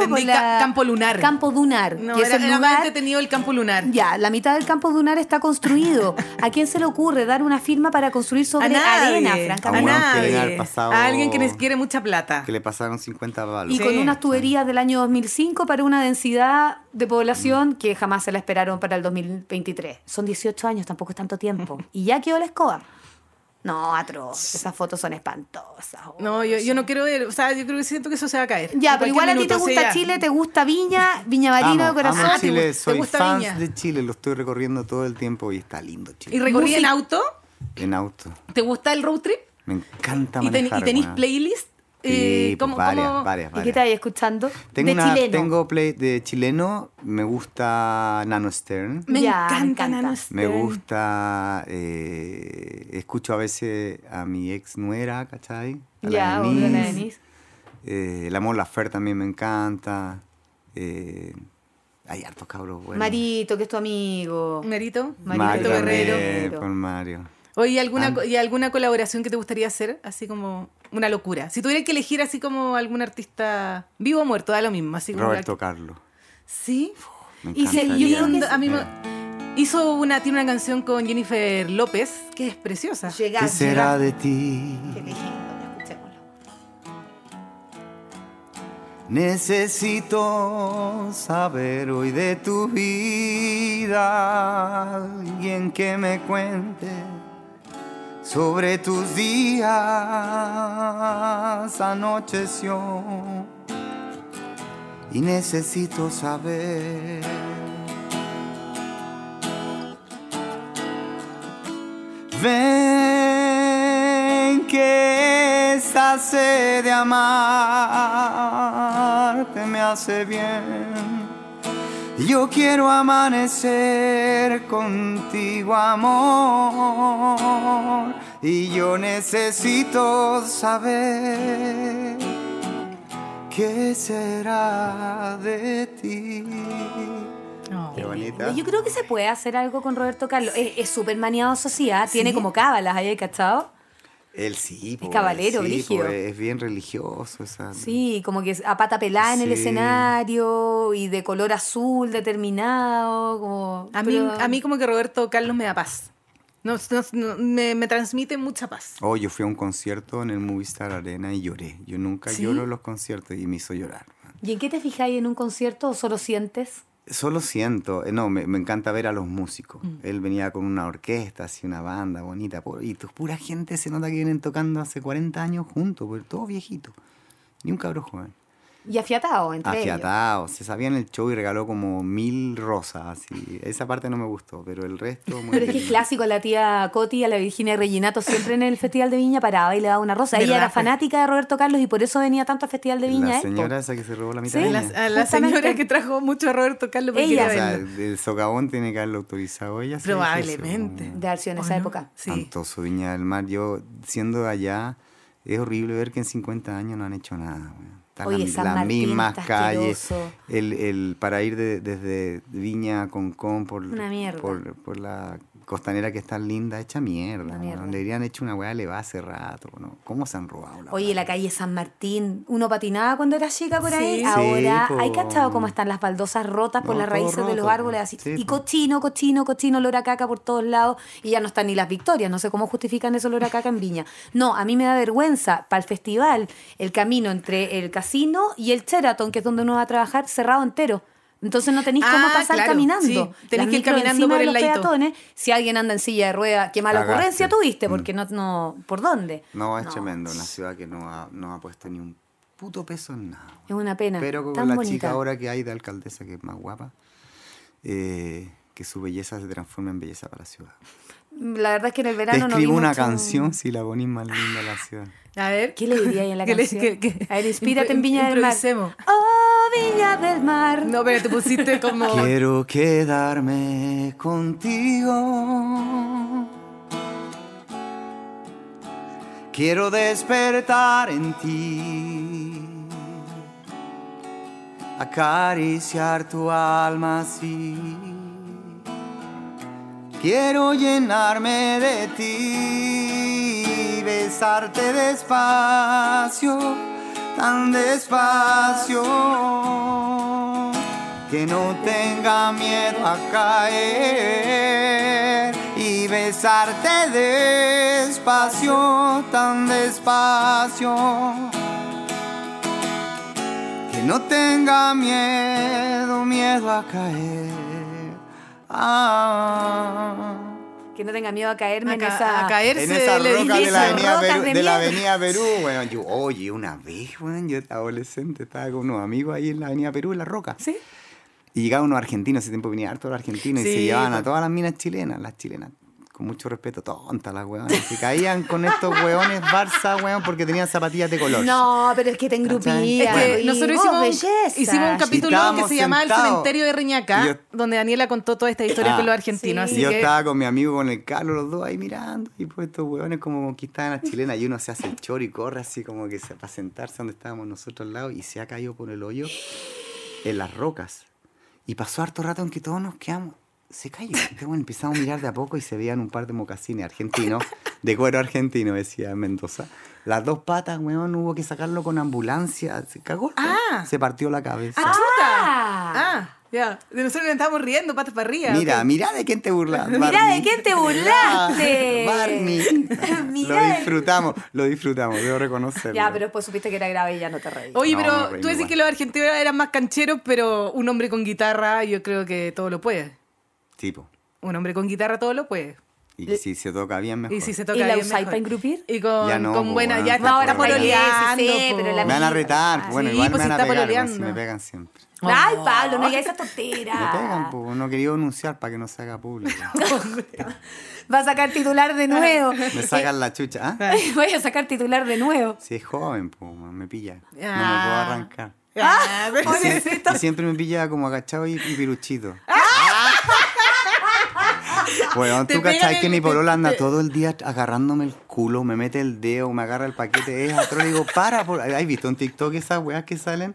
[SPEAKER 2] Entendí,
[SPEAKER 3] con
[SPEAKER 2] ca- campo lunar.
[SPEAKER 3] pues Campo dunar.
[SPEAKER 2] No,
[SPEAKER 3] que es
[SPEAKER 2] era,
[SPEAKER 3] el
[SPEAKER 2] era más
[SPEAKER 3] lugar-
[SPEAKER 2] entretenido el campo lunar.
[SPEAKER 3] Ya, la mitad del campo dunar está construido. ¿A quién se le ocurre dar una firma para construir sobre arena,
[SPEAKER 4] A unos
[SPEAKER 3] francamente?
[SPEAKER 4] que
[SPEAKER 2] A nadie.
[SPEAKER 4] deben haber pasado-
[SPEAKER 2] A alguien que les quiere mucha plata.
[SPEAKER 4] Que le pasaron 50 balas.
[SPEAKER 3] Y
[SPEAKER 2] Sí.
[SPEAKER 3] con unas tuberías del año 2005 para una densidad de población que jamás se la esperaron para el 2023. Son 18 años, tampoco es tanto tiempo.
[SPEAKER 2] (laughs)
[SPEAKER 3] Y ya quedó la escoba. No, atroz. Esas fotos son espantosas.
[SPEAKER 2] No, yo, yo no quiero ver, o sea, yo creo que siento que eso se va a caer.
[SPEAKER 3] Ya,
[SPEAKER 2] En cualquier
[SPEAKER 3] pero igual a ti
[SPEAKER 2] minuto,
[SPEAKER 3] te
[SPEAKER 2] o sea,
[SPEAKER 3] gusta
[SPEAKER 2] ya.
[SPEAKER 3] Chile, te gusta Viña, Viñamarino de
[SPEAKER 4] Amo, amo
[SPEAKER 3] corazón.
[SPEAKER 2] Ah, te
[SPEAKER 4] Chile,
[SPEAKER 2] gusta- te
[SPEAKER 4] soy
[SPEAKER 2] gusta
[SPEAKER 4] fans
[SPEAKER 2] Viña.
[SPEAKER 4] de Chile, lo estoy recorriendo todo el tiempo y está lindo
[SPEAKER 2] Y
[SPEAKER 4] Chile.
[SPEAKER 2] recorrí en auto,
[SPEAKER 4] En auto.
[SPEAKER 2] ¿te gusta el road trip?
[SPEAKER 4] Me encanta
[SPEAKER 2] Y, ten- y
[SPEAKER 4] manejar,
[SPEAKER 2] tenés
[SPEAKER 4] weón.
[SPEAKER 2] playlist.
[SPEAKER 4] Sí,
[SPEAKER 2] eh,
[SPEAKER 4] pues,
[SPEAKER 2] como-
[SPEAKER 4] varias,
[SPEAKER 2] como-
[SPEAKER 4] varias,
[SPEAKER 3] ¿Y
[SPEAKER 4] varias.
[SPEAKER 3] qué te ahí escuchando?
[SPEAKER 4] Tengo,
[SPEAKER 3] de
[SPEAKER 4] una-
[SPEAKER 3] chileno.
[SPEAKER 4] tengo play de chileno, me gusta Nano Stern,
[SPEAKER 2] Me este
[SPEAKER 3] Ya,
[SPEAKER 2] encanta,
[SPEAKER 3] me encanta.
[SPEAKER 2] Nano
[SPEAKER 4] me
[SPEAKER 2] Stern.
[SPEAKER 4] gusta, eh, escucho a veces a mi ex nuera, ¿cachai? A
[SPEAKER 3] Ya,
[SPEAKER 4] Denise.
[SPEAKER 3] volvió la Denise.
[SPEAKER 4] Eh, el amor Lafer también me encanta. Eh, hay hartos cabros buenos.
[SPEAKER 3] Marito, que es tu amigo.
[SPEAKER 2] Merito,
[SPEAKER 3] Marito
[SPEAKER 2] Marito
[SPEAKER 4] también,
[SPEAKER 2] Guerrero.
[SPEAKER 4] Por Mario.
[SPEAKER 2] Oye, ¿y alguna,
[SPEAKER 4] Ah.
[SPEAKER 2] co- ¿y alguna colaboración que te gustaría hacer? Así como una locura. Si tuvieras que elegir así como algún artista vivo o muerto, da lo mismo. Así como
[SPEAKER 4] Roberto Carlos.
[SPEAKER 2] Sí.
[SPEAKER 4] me
[SPEAKER 3] Y se-
[SPEAKER 4] encantaría. Eh,
[SPEAKER 3] yo creo que
[SPEAKER 2] A mí me- hizo una, tiene una canción con Jennifer López que es preciosa.
[SPEAKER 3] Llegás,
[SPEAKER 4] ¿Qué será
[SPEAKER 3] llegás.
[SPEAKER 4] de ti?
[SPEAKER 3] Qué lindo, ya escuchémoslo.
[SPEAKER 4] Necesito saber hoy de tu vida, alguien que me cuente sobre tus días anocheció y necesito saber. Ven que esta sed de amarte me hace bien. Yo quiero amanecer contigo, amor, y yo necesito saber qué será de ti.
[SPEAKER 2] No.
[SPEAKER 4] Qué bonita.
[SPEAKER 3] Yo creo que se puede hacer algo con Roberto Carlos. Es- Es súper maniado sociedad, tiene como cábalas ahí, ¿cachado?
[SPEAKER 4] Él sí, po,
[SPEAKER 3] caballero,
[SPEAKER 4] sí,
[SPEAKER 3] brígido.
[SPEAKER 4] po, es bien religioso. esa-
[SPEAKER 3] Sí, como que a pata pelada en el
[SPEAKER 4] Sí.
[SPEAKER 3] escenario y de color azul determinado. Como,
[SPEAKER 2] A mí,
[SPEAKER 3] pero-
[SPEAKER 2] a mí como que Roberto Carlos me da paz. No, no- no- me, me transmite mucha paz.
[SPEAKER 4] Oh, yo fui a un concierto en el Movistar Arena y lloré. Yo nunca
[SPEAKER 2] ¿Sí?
[SPEAKER 4] lloro en los conciertos y me hizo llorar.
[SPEAKER 3] ¿Y en qué te fijáis en un concierto o solo sientes?
[SPEAKER 4] Solo siento, eh, no, me, me encanta ver a los músicos.
[SPEAKER 3] Mm.
[SPEAKER 4] Él venía con una orquesta, así una banda bonita, pu- y tu pura gente se nota que vienen tocando hace 40 años juntos, porque todos viejitos, ni un cabro joven.
[SPEAKER 3] Y afiatado entre ellos.
[SPEAKER 4] Afiatados, se sabían el show y regaló como mil rosas, así. Esa parte no me gustó, pero el resto... muy
[SPEAKER 3] Pero es que es
[SPEAKER 4] lindo.
[SPEAKER 3] clásico, la tía Coti, a la Virginia Reginato, siempre en el Festival de Viña paraba y le daba una rosa. Ella
[SPEAKER 2] ¿Verdad?
[SPEAKER 3] era fanática de Roberto Carlos y por eso venía tanto al Festival de Viña.
[SPEAKER 4] La
[SPEAKER 3] ¿eh?
[SPEAKER 4] señora esa que se robó la mitad
[SPEAKER 3] Sí.
[SPEAKER 4] de
[SPEAKER 2] A la,
[SPEAKER 4] ella.
[SPEAKER 2] a la señora
[SPEAKER 3] Justamente.
[SPEAKER 2] que trajo mucho a Roberto Carlos porque
[SPEAKER 3] Ella.
[SPEAKER 4] O
[SPEAKER 2] era
[SPEAKER 4] sea,
[SPEAKER 2] verlo.
[SPEAKER 4] el socavón tiene que haberlo autorizado ella. sí, eso,
[SPEAKER 2] Probablemente.
[SPEAKER 3] De haber sido en
[SPEAKER 2] ¿O
[SPEAKER 3] esa
[SPEAKER 2] no?
[SPEAKER 3] época.
[SPEAKER 2] Sí.
[SPEAKER 4] Antoso, Viña del Mar. Yo, siendo de allá, es horrible ver que en 50 años no han hecho nada. weón. Están
[SPEAKER 3] Oye,
[SPEAKER 4] las
[SPEAKER 3] San
[SPEAKER 4] las
[SPEAKER 3] Martín
[SPEAKER 4] mismas
[SPEAKER 3] está
[SPEAKER 4] calles.
[SPEAKER 3] asqueroso.
[SPEAKER 4] El, el, para ir de- desde Viña a Concón por,
[SPEAKER 3] Una mierda.
[SPEAKER 4] por, por la costanera que es tan linda, hecha mierda.
[SPEAKER 3] Una
[SPEAKER 4] weón.
[SPEAKER 3] mierda.
[SPEAKER 4] Le habrían hecho una weá va hace rato. ¿no? ¿Cómo se han robado la
[SPEAKER 3] Oye,
[SPEAKER 4] weá?
[SPEAKER 3] la calle San Martín, uno patinaba cuando era chica por ahí.
[SPEAKER 2] Sí.
[SPEAKER 3] Ahora,
[SPEAKER 4] Sí, po.
[SPEAKER 3] ¿hay cachado cómo están las baldosas rotas por
[SPEAKER 4] No,
[SPEAKER 3] las
[SPEAKER 4] todo
[SPEAKER 3] raíces de los
[SPEAKER 4] roto,
[SPEAKER 3] árboles? Así.
[SPEAKER 4] sí,
[SPEAKER 3] y
[SPEAKER 4] po.
[SPEAKER 3] cochino, cochino, cochino, olor a caca por todos lados. Y ya no están ni las victorias. No sé cómo justifican ese olor a caca en Viña. No, a mí me da vergüenza para el festival el camino entre el casino y el Sheraton, que es donde uno va a trabajar, cerrado entero. Entonces no tenéis cómo
[SPEAKER 2] Ah,
[SPEAKER 3] pasar
[SPEAKER 2] claro,
[SPEAKER 3] caminando.
[SPEAKER 2] sí, tenés
[SPEAKER 3] Las
[SPEAKER 2] que ir
[SPEAKER 3] micros
[SPEAKER 2] caminando
[SPEAKER 3] encima
[SPEAKER 2] por
[SPEAKER 3] de
[SPEAKER 2] el
[SPEAKER 3] los
[SPEAKER 2] ladito.
[SPEAKER 3] peatones, si alguien anda en silla de rueda, qué mala
[SPEAKER 4] Cagaste. Mm.
[SPEAKER 3] ocurrencia tuviste, porque no, no, ¿por dónde?
[SPEAKER 4] No, es tremendo. Una ciudad que no ha, no ha puesto ni un puto peso en nada.
[SPEAKER 3] Es
[SPEAKER 4] weón.
[SPEAKER 3] una pena.
[SPEAKER 4] Pero con
[SPEAKER 3] tan
[SPEAKER 4] la
[SPEAKER 3] bonita.
[SPEAKER 4] chica ahora que hay de alcaldesa, que es más guapa, eh, que su belleza se transforma en belleza para la ciudad.
[SPEAKER 3] La verdad es que en el
[SPEAKER 4] Te
[SPEAKER 3] verano no vi
[SPEAKER 4] escribo una
[SPEAKER 3] mucho-
[SPEAKER 4] canción si la ponís más linda la ciudad.
[SPEAKER 2] A ver.
[SPEAKER 3] ¿Qué le diría ahí en la
[SPEAKER 2] (laughs) ¿Qué le-
[SPEAKER 3] canción?
[SPEAKER 2] qué- qué?
[SPEAKER 3] A ver, inspírate en
[SPEAKER 2] Impro-
[SPEAKER 3] Viña del Mar.
[SPEAKER 2] improvisemos.
[SPEAKER 3] Oh, Viña del Mar.
[SPEAKER 2] No, pero te pusiste
[SPEAKER 4] (laughs)
[SPEAKER 2] como.
[SPEAKER 4] Quiero quedarme contigo. Quiero despertar en ti. acariciar tu alma así. Quiero llenarme de ti, besarte despacio, tan despacio, que no tenga miedo a caer. Y besarte despacio, tan despacio, que no tenga miedo, miedo a caer. Ah.
[SPEAKER 3] Que no tenga miedo a caerme
[SPEAKER 2] A,
[SPEAKER 3] en
[SPEAKER 2] ca-
[SPEAKER 3] esa.
[SPEAKER 2] a caerse
[SPEAKER 4] En esa
[SPEAKER 2] del
[SPEAKER 4] roca de
[SPEAKER 2] edificio.
[SPEAKER 4] la avenida
[SPEAKER 3] rocas
[SPEAKER 4] Perú,
[SPEAKER 3] de
[SPEAKER 4] de la
[SPEAKER 3] mierda.
[SPEAKER 4] avenida Perú, weón. Yo, oye, una vez, weón, yo estaba adolescente, estaba con unos amigos ahí en la avenida Perú, en la roca.
[SPEAKER 2] Sí.
[SPEAKER 4] Y llegaban unos argentinos, ese tiempo venían hartos los argentinos y se
[SPEAKER 2] Sí,
[SPEAKER 4] llevaban a
[SPEAKER 2] po.
[SPEAKER 4] todas las minas chilenas, las chilenas. Con mucho respeto, tontas las weones. Se caían con estos weones Barça, weón, porque tenían zapatillas de color.
[SPEAKER 3] No, pero es que te engrupía.
[SPEAKER 2] Es que
[SPEAKER 3] y
[SPEAKER 2] nosotros
[SPEAKER 3] vos,
[SPEAKER 2] hicimos,
[SPEAKER 3] oh, belleza. Ah.
[SPEAKER 2] hicimos un capítulo que
[SPEAKER 4] estábamos
[SPEAKER 2] se llamaba El
[SPEAKER 4] sentados.
[SPEAKER 2] cementerio de Riñaca,
[SPEAKER 4] Y yo-
[SPEAKER 2] donde Daniela contó toda esta historia
[SPEAKER 4] Ah,
[SPEAKER 2] con los argentinos.
[SPEAKER 3] sí.
[SPEAKER 4] Y
[SPEAKER 2] Así
[SPEAKER 4] yo
[SPEAKER 2] que
[SPEAKER 4] estaba con mi amigo, con el Carlos, los dos ahí mirando. Y pues estos huevones como conquistaban a las chilenas. Y uno se hace el choro y corre así como que se, para sentarse donde estábamos nosotros al lado. Y se ha caído por el hoyo en las rocas. Y pasó harto rato en que todos nos quedamos. Se cayó. Entonces, bueno, empezamos a mirar de a poco y se veían un par de mocasines argentinos, de cuero argentino, decía Mendoza. Las dos patas, weón, hubo que sacarlo con ambulancia. Se cagó.
[SPEAKER 2] Ah.
[SPEAKER 4] Se partió la cabeza.
[SPEAKER 2] ¡Ah,
[SPEAKER 3] Ah.
[SPEAKER 2] chuta! Ah, ya. De Nosotros nos estábamos riendo, patas para arriba.
[SPEAKER 4] Mira,
[SPEAKER 2] ok.
[SPEAKER 4] mira de quién te burlaste.
[SPEAKER 3] Mira
[SPEAKER 4] Barney.
[SPEAKER 3] de quién te burlaste.
[SPEAKER 4] (laughs)
[SPEAKER 3] (laughs)
[SPEAKER 4] Barney.
[SPEAKER 3] Mira de-
[SPEAKER 4] Lo disfrutamos, lo disfrutamos, debo reconocerlo.
[SPEAKER 3] Ya, pero después supiste que era grave y ya no te reí.
[SPEAKER 2] Oye,
[SPEAKER 4] No, me
[SPEAKER 2] pero
[SPEAKER 4] reí
[SPEAKER 2] tú decís
[SPEAKER 4] igual.
[SPEAKER 2] que los argentinos eran más cancheros, pero un hombre con guitarra, yo creo que todo lo puede.
[SPEAKER 4] Tipo.
[SPEAKER 2] Un hombre con guitarra todo lo puede.
[SPEAKER 4] Y si se toca bien mejor.
[SPEAKER 2] Y si se toca
[SPEAKER 3] ¿Y la
[SPEAKER 2] bien
[SPEAKER 3] usáis
[SPEAKER 2] mejor.
[SPEAKER 3] pa' engrupir?
[SPEAKER 2] Y con,
[SPEAKER 4] Ya no,
[SPEAKER 2] con
[SPEAKER 4] po,
[SPEAKER 2] buena,
[SPEAKER 4] bueno,
[SPEAKER 2] ya
[SPEAKER 4] tampoco
[SPEAKER 2] está
[SPEAKER 4] ahora está
[SPEAKER 2] pololeando.
[SPEAKER 3] pololeando, sí,
[SPEAKER 2] po.
[SPEAKER 3] pero la-
[SPEAKER 4] me van a retar, bueno,
[SPEAKER 2] Sí,
[SPEAKER 4] igual
[SPEAKER 2] pues
[SPEAKER 4] me
[SPEAKER 2] si
[SPEAKER 4] van a
[SPEAKER 2] está
[SPEAKER 4] pegar, bueno,
[SPEAKER 2] pololeando.
[SPEAKER 4] si me pegan siempre.
[SPEAKER 3] Ay, Pablo, no
[SPEAKER 2] Oh.
[SPEAKER 3] digas esa
[SPEAKER 4] Me
[SPEAKER 3] tontera.
[SPEAKER 4] pegan, pues no quería anunciar para que no se haga
[SPEAKER 3] (laughs)
[SPEAKER 4] público.
[SPEAKER 3] Va a sacar titular de nuevo.
[SPEAKER 4] (laughs) Me sacan la chucha, ¿ah?
[SPEAKER 3] (laughs) Voy a sacar titular de nuevo.
[SPEAKER 4] Si es joven, pues me pilla. No me puedo
[SPEAKER 2] Ah.
[SPEAKER 4] arrancar. (laughs)
[SPEAKER 2] Ah, pero-
[SPEAKER 4] Y sie- y siempre me pilla como agachado y, y
[SPEAKER 2] (laughs)
[SPEAKER 4] piruchito. Bueno,
[SPEAKER 2] Te
[SPEAKER 4] tú
[SPEAKER 2] pegan
[SPEAKER 4] cachai que
[SPEAKER 2] el-
[SPEAKER 4] mi polola anda
[SPEAKER 2] te-
[SPEAKER 4] todo el día agarrándome el culo, me mete el dedo, me agarra el paquete, es atroz, le digo, para, por... ¿has visto en TikTok esas weas que salen?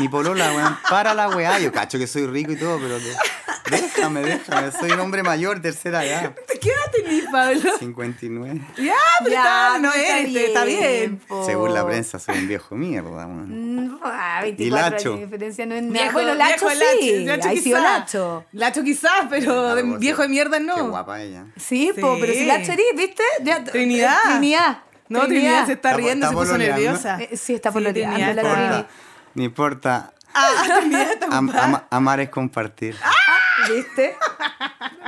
[SPEAKER 4] Mi polola, weón, para la weá. Yo cacho que soy rico y todo, pero que- déjame, déjame, soy un hombre mayor, tercera edad,
[SPEAKER 2] ¿Qué edad tenés, Pablo?
[SPEAKER 4] 59.
[SPEAKER 2] Ya, Ah, pero está, no
[SPEAKER 3] pero
[SPEAKER 2] es, está bien.
[SPEAKER 3] po.
[SPEAKER 4] Según la prensa, soy un viejo mierda, weón.
[SPEAKER 3] Mm, ah, 24
[SPEAKER 4] Lacho.
[SPEAKER 3] años de diferencia no es nada.
[SPEAKER 2] Viejo-
[SPEAKER 3] bueno, Lacho
[SPEAKER 2] viejo
[SPEAKER 3] sí.
[SPEAKER 2] Lacho
[SPEAKER 3] Ahí sí o
[SPEAKER 2] quizás.
[SPEAKER 3] Lacho.
[SPEAKER 2] Lacho quizás, pero de
[SPEAKER 4] Algo así.
[SPEAKER 2] viejo de mierda
[SPEAKER 4] pues Qué
[SPEAKER 2] no.
[SPEAKER 4] guapa ella.
[SPEAKER 3] Sí,
[SPEAKER 2] Sí.
[SPEAKER 3] po, pero si Lacho eres, ¿viste? Ya- eh,
[SPEAKER 2] Trinidad.
[SPEAKER 3] Trinidad.
[SPEAKER 2] No, Trinidad se está
[SPEAKER 4] Está-
[SPEAKER 2] riendo,
[SPEAKER 4] está
[SPEAKER 2] se puso
[SPEAKER 4] pololeando.
[SPEAKER 2] nerviosa.
[SPEAKER 3] Eh, sí, está pololeando,
[SPEAKER 2] Trinidad
[SPEAKER 3] la
[SPEAKER 2] está-
[SPEAKER 3] Trini.
[SPEAKER 4] No importa,
[SPEAKER 2] (laughs) Ah, Trinidad está
[SPEAKER 4] am-
[SPEAKER 2] ocupada.
[SPEAKER 4] ama- amar es compartir.
[SPEAKER 2] ¡Ah!
[SPEAKER 3] ¿Viste?